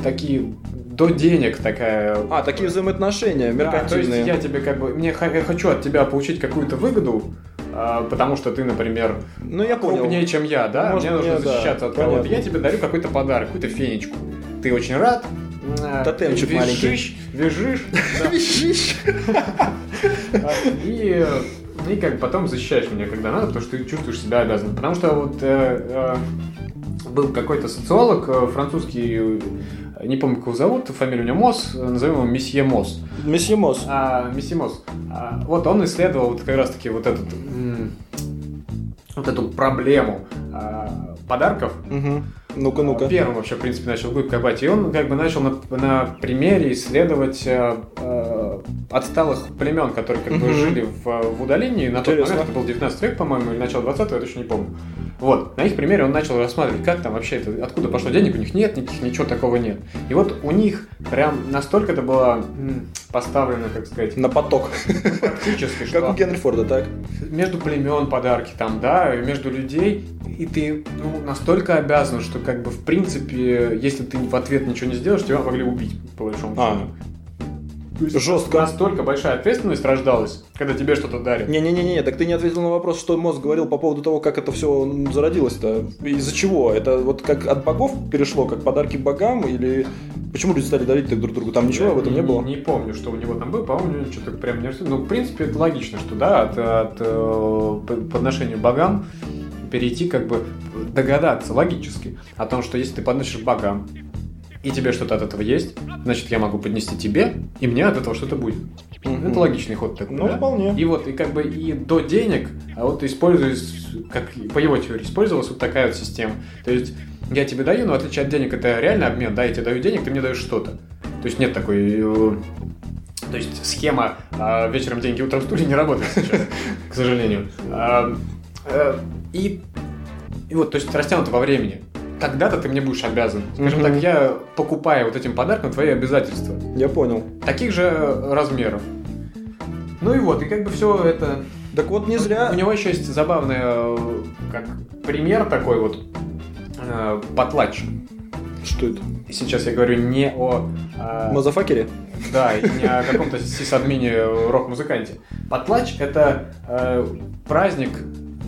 Speaker 2: такие до денег такая... э,
Speaker 1: А, такие взаимоотношения
Speaker 2: Да, то есть
Speaker 1: меркантильные.
Speaker 2: я тебе как бы... Мне ха- я хочу от тебя получить какую-то выгоду, а, потому что ты, например,
Speaker 1: Ну, я понял.
Speaker 2: крупнее, чем я, да?
Speaker 1: Может,
Speaker 2: мне нужно
Speaker 1: мне, да,
Speaker 2: защищаться от кого-то.
Speaker 1: понятно.
Speaker 2: Я тебе дарю какой-то подарок, какую-то фенечку. Ты очень рад. а,
Speaker 1: Тотемчик
Speaker 2: визжишь, Визжишь. да.
Speaker 1: Визжишь.
Speaker 2: И, э, и как бы потом защищаешь меня, когда надо, потому что ты чувствуешь себя обязанным. Потому что вот э, э, был какой-то социолог э, французский, э, не помню, как его зовут, фамилия у него Мосс, э, назовем его месье Мосс.
Speaker 1: Месье Мосс.
Speaker 2: А, месье Мосс. а, вот он исследовал вот как раз-таки вот этот м, вот эту проблему а, подарков
Speaker 1: Мгм. Ну-ка, ну-ка.
Speaker 2: Первым вообще, в принципе, начал глубь копать. И он как бы начал на, на примере исследовать э, э, отсталых племен, которые как бы
Speaker 1: Мгм.
Speaker 2: жили в, э, в удалении. На тот
Speaker 1: Интересно.
Speaker 2: момент это был 19 век, по-моему, или начало 20 я точно не помню. Вот. На их примере он начал рассматривать, как там вообще это, откуда пошло денег, у них нет, никаких, ничего такого нет. И вот у них прям настолько это было м, поставлено, как сказать,
Speaker 1: На поток.
Speaker 2: практически,
Speaker 1: Как у
Speaker 2: что
Speaker 1: Генри Форда, так?
Speaker 2: между племен подарки там, да, и между людей, и ты ну, настолько обязан, что как бы в принципе, если ты в ответ ничего не сделаешь, тебя могли убить, по большому
Speaker 1: А.
Speaker 2: счету. То есть
Speaker 1: Жестко.
Speaker 2: Настолько большая ответственность рождалась, когда тебе что-то дарят.
Speaker 1: Не-не-не, так ты не ответил на вопрос, что Мосс говорил по поводу того, как это все зародилось-то. Из-за чего? Это вот как от богов перешло, как подарки богам, или почему люди стали дарить так друг другу? Там ничего
Speaker 2: Я
Speaker 1: об этом не было?
Speaker 2: Не, помню, что у него там было, по-моему, у него что-то прям не рисует. Ну, в принципе, это логично, что да, от, от, э, по- по отношению к богам перейти как бы догадаться логически о том, что если ты подносишь богам, и тебе что-то от этого есть, значит, я могу поднести тебе, и мне от этого что-то будет.
Speaker 1: Мгм.
Speaker 2: Это логичный ход такой,
Speaker 1: Ну,
Speaker 2: да?
Speaker 1: вполне.
Speaker 2: И вот, и как бы и до денег, а вот используюсь, как и по его теории, использовалась вот такая вот система. То есть я тебе даю, но в отличие от денег, это реально обмен, да, я тебе даю денег, ты мне даешь что-то. То есть нет такой... э, То есть схема а, вечером деньги, утром в не работает сейчас, к сожалению. А, э, И и вот, то есть растянуто во времени. Когда-то ты мне будешь обязан. Скажем
Speaker 1: Мгм.
Speaker 2: так, я покупаю вот этим подарком твои обязательства
Speaker 1: Я понял.
Speaker 2: таких же размеров. Ну и вот, и как бы все это...
Speaker 1: Так вот не зря...
Speaker 2: У него еще есть забавный э, как пример такой вот э, потлач.
Speaker 1: Что это?
Speaker 2: И сейчас я говорю не о... э,
Speaker 1: Мазафакере?
Speaker 2: да, и не о каком-то сисадмине рок-музыканте. Потлач — это э, праздник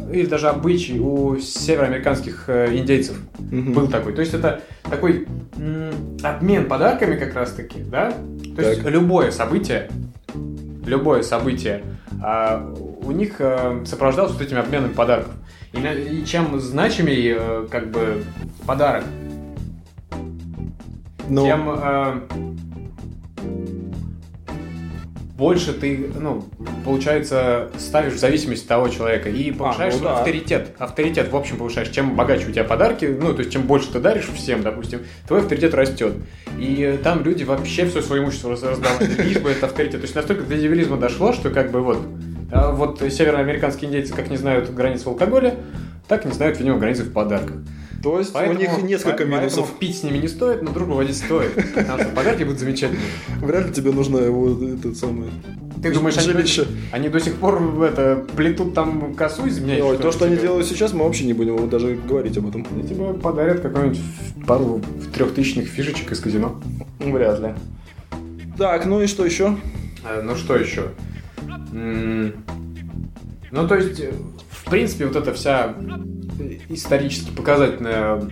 Speaker 2: или даже обычай у североамериканских э, индейцев.
Speaker 1: Мгм.
Speaker 2: Был такой. То есть это такой м, обмен подарками как раз-таки, да? То есть
Speaker 1: Так.
Speaker 2: любое событие, любое событие а, у них э, сопровождалось вот этим обменом подарков. И, на- и чем значимее э, как бы подарок,
Speaker 1: Ну,
Speaker 2: тем э, больше ты, ну, получается, ставишь в зависимость от того человека и повышаешь
Speaker 1: ну
Speaker 2: свой
Speaker 1: да.
Speaker 2: авторитет. Авторитет, в общем, повышаешь. Чем богаче у тебя подарки, ну, то есть, чем больше ты даришь всем, допустим, твой авторитет растет. И э, там люди вообще все свое имущество раз- раздавали, лишь бы это авторитет. То есть, настолько до дивилизма дошло, что как бы вот... а Вот североамериканские индейцы как не знают границ в алкоголе, так не знают, видимо, границы в подарках.
Speaker 1: то есть у них несколько
Speaker 2: по-
Speaker 1: минусов.
Speaker 2: Поэтому пить с ними не стоит, но друг водить стоит. Потому что подарки будут замечательные.
Speaker 1: Вряд ли тебе нужно его этот самый...
Speaker 2: Ты думаешь, они,
Speaker 1: жилище.
Speaker 2: они до сих пор в это, плетут там косу из меня?
Speaker 1: Ой, то, что они делают сейчас, мы вообще не будем вот даже говорить об этом.
Speaker 2: Они тебе подарят какую-нибудь пару трехтысячных фишечек из казино.
Speaker 1: Вряд ли. Так, ну и что еще?
Speaker 2: А, Ну что еще? М, Ну то есть, э, в принципе, вот эта вся э, исторически показательная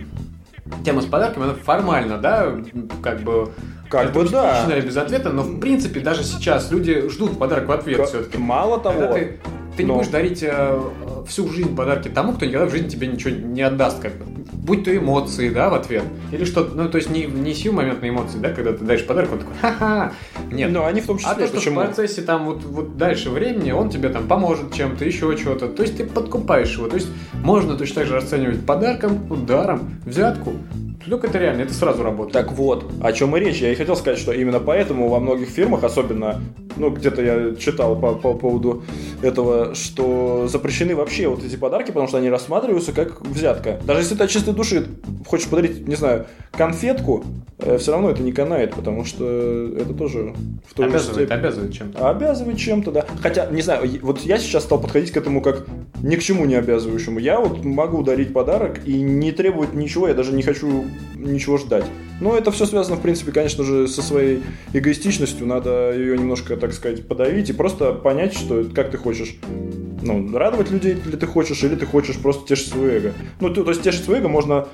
Speaker 2: тема с подарками, она формально, да, м, как бы...
Speaker 1: Как бы
Speaker 2: Отлично,
Speaker 1: да.
Speaker 2: начинали без ответа, но в принципе даже сейчас люди ждут подарок в ответ
Speaker 1: Ка-
Speaker 2: все-таки.
Speaker 1: Мало
Speaker 2: Когда
Speaker 1: того,
Speaker 2: ты, ты не
Speaker 1: Но.
Speaker 2: будешь дарить э, э, всю жизнь подарки тому, кто никогда в жизни тебе ничего не отдаст, как бы. Будь то эмоции, да, в ответ. Или что-то, ну, то есть не, не сиюмоментные эмоции, да, когда ты даешь подарок, он такой, ха-ха, нет.
Speaker 1: но ну, они в том числе,
Speaker 2: а то, что
Speaker 1: почему?
Speaker 2: в процессе там вот, вот дальше времени он тебе там поможет чем-то, еще чего-то. То есть ты подкупаешь его. То есть можно точно так же расценивать подарком, ударом, взятку. Только это реально, это сразу работает.
Speaker 1: Так вот, о чем и речь. Я и хотел сказать, что именно поэтому во многих фирмах, особенно, ну, где-то я читал по, по поводу этого, что запрещены вообще вот эти подарки, потому что они рассматриваются как взятка. Даже если ты от чистой души хочешь подарить, не знаю, конфетку, все равно это не канает, потому что это тоже в той же
Speaker 2: обязывает,
Speaker 1: степени-
Speaker 2: обязывает чем-то.
Speaker 1: А обязывает чем-то, да. Хотя, не знаю, е- вот я сейчас стал подходить к этому как ни к чему не обязывающему. Я вот могу дарить подарок и не требовать ничего, я даже не хочу ничего ждать. Но это все связано, в принципе, конечно же, со своей эгоистичностью. Надо ее немножко, так сказать, подавить и просто понять, что это как ты хочешь. Ну, радовать людей ли ты хочешь, или ты хочешь просто тешить свое эго. Ну, то, то есть тешить свое эго можно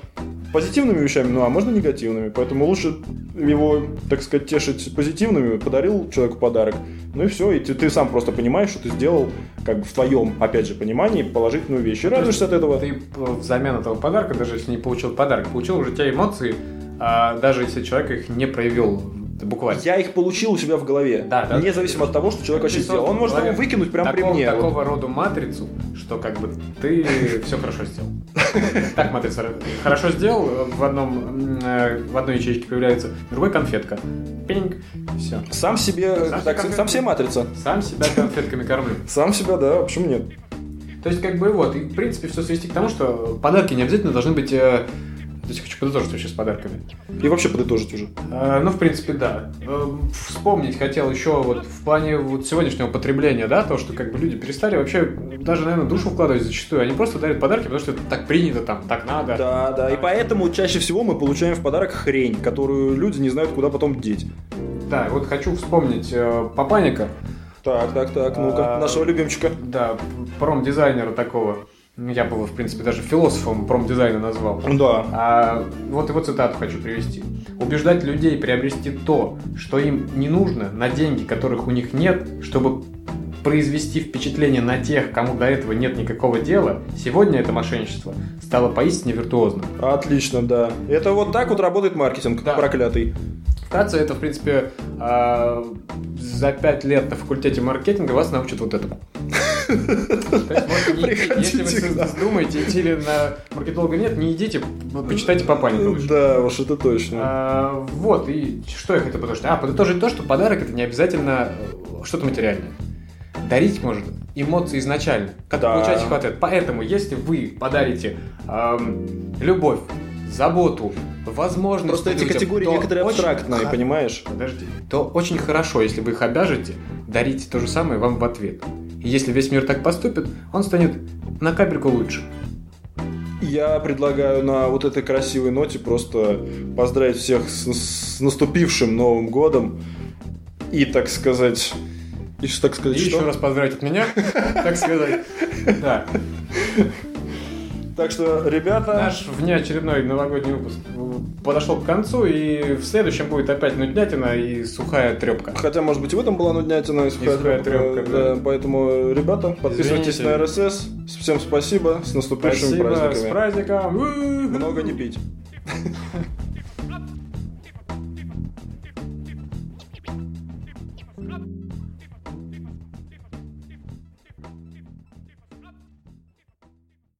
Speaker 1: позитивными вещами, ну а можно негативными. Поэтому лучше его, так сказать, тешить позитивными, подарил человеку подарок, ну и все, и ты, ты сам просто понимаешь, что ты сделал, как бы в твоем, опять же, понимании положительную вещь. И радуешься от этого.
Speaker 2: Ты э, взамен этого подарка, даже если не получил подарок, получил уже те эмоции, а, даже если человек их не проявил э, буквально.
Speaker 1: Я их получил у себя в голове.
Speaker 2: Да, да.
Speaker 1: Независимо от того, что человек
Speaker 2: Ты
Speaker 1: вообще
Speaker 2: создал
Speaker 1: сделал. Он может
Speaker 2: в
Speaker 1: его
Speaker 2: голове
Speaker 1: выкинуть прямо при
Speaker 2: такого,
Speaker 1: мне. Вот.
Speaker 2: Такого рода матрицу, что как бы ты все хорошо сделал. Так матрица хорошо сделал, э, в одном м, э, в одной ячейке появляется, в другой конфетка. Пинг, все.
Speaker 1: Сам себе, э,
Speaker 2: Сам
Speaker 1: так,
Speaker 2: себе
Speaker 1: сам себе матрица.
Speaker 2: Сам себя конфетками кормлю.
Speaker 1: Сам себя, да, почему нет?
Speaker 2: То есть, как бы вот, и в принципе все свести к тому, что подарки не обязательно должны быть. э, То есть я хочу подытожить вообще с подарками.
Speaker 1: И вообще подытожить уже.
Speaker 2: Э, Ну, в принципе, да. Э, Вспомнить хотел еще вот в плане вот сегодняшнего потребления, да, то, что как бы люди перестали вообще даже, наверное, душу вкладывать зачастую. Они просто дарят подарки, потому что это так принято, там, так надо.
Speaker 1: Да, да. И поэтому чаще всего мы получаем в подарок хрень, которую люди не знают, куда потом деть.
Speaker 2: Да, вот хочу вспомнить э, Папаника,
Speaker 1: Так, так, так, ну-ка,
Speaker 2: А,
Speaker 1: нашего любимчика.
Speaker 2: да, промдизайнера такого. Я бы его, в принципе, даже философом промдизайна назвал.
Speaker 1: Да.
Speaker 2: А, вот его цитату хочу привести. Убеждать людей приобрести то, что им не нужно, на деньги, которых у них нет, чтобы произвести впечатление на тех, кому до этого нет никакого дела, сегодня это мошенничество стало поистине виртуозным.
Speaker 1: Отлично, да. Это вот так вот работает маркетинг,
Speaker 2: Да.
Speaker 1: проклятый.
Speaker 2: Вкратце, это, в принципе, а, за пять лет на факультете маркетинга вас научат вот этому. То есть, вот не-
Speaker 1: Приходите
Speaker 2: Если
Speaker 1: к нам.
Speaker 2: вы думаете, идти ли на маркетолога или нет, не идите, почитайте по панике лучше.
Speaker 1: Да, уж это точно.
Speaker 2: А, вот, и что я хотел подытожить? А, подытожить то, что подарок это не обязательно э, что-то материальное. Дарить может эмоции изначально, как
Speaker 1: Да.
Speaker 2: получать их в ответ. Поэтому, если вы подарите эм, любовь, заботу, возможность...
Speaker 1: Просто эти
Speaker 2: людям,
Speaker 1: категории
Speaker 2: то
Speaker 1: некоторые
Speaker 2: очень
Speaker 1: абстрактные,
Speaker 2: хо-
Speaker 1: понимаешь?
Speaker 2: Подожди. То очень хорошо, если вы их обяжете, дарите то же самое вам в ответ. И если весь мир так поступит, он станет на капельку лучше.
Speaker 1: Я предлагаю на вот этой красивой ноте просто поздравить всех с, с наступившим Новым годом. И, так сказать... И, ш- так
Speaker 2: И
Speaker 1: сказать, что?
Speaker 2: еще раз поздравить от меня, так сказать. Да.
Speaker 1: Так что, ребята...
Speaker 2: Наш внеочередной новогодний выпуск э, подошел к концу, и в следующем будет опять нуднятина и сухая трепка.
Speaker 1: Хотя, может быть, и в этом была нуднятина и сухая
Speaker 2: сухая
Speaker 1: трёпка,
Speaker 2: трёпка,
Speaker 1: да.
Speaker 2: да.
Speaker 1: Поэтому, ребята, подписывайтесь
Speaker 2: Извините.
Speaker 1: на РСС. Всем спасибо. С наступившими
Speaker 2: Спасибо, с
Speaker 1: праздниками.
Speaker 2: праздником! У-у-у.
Speaker 1: Много не пить.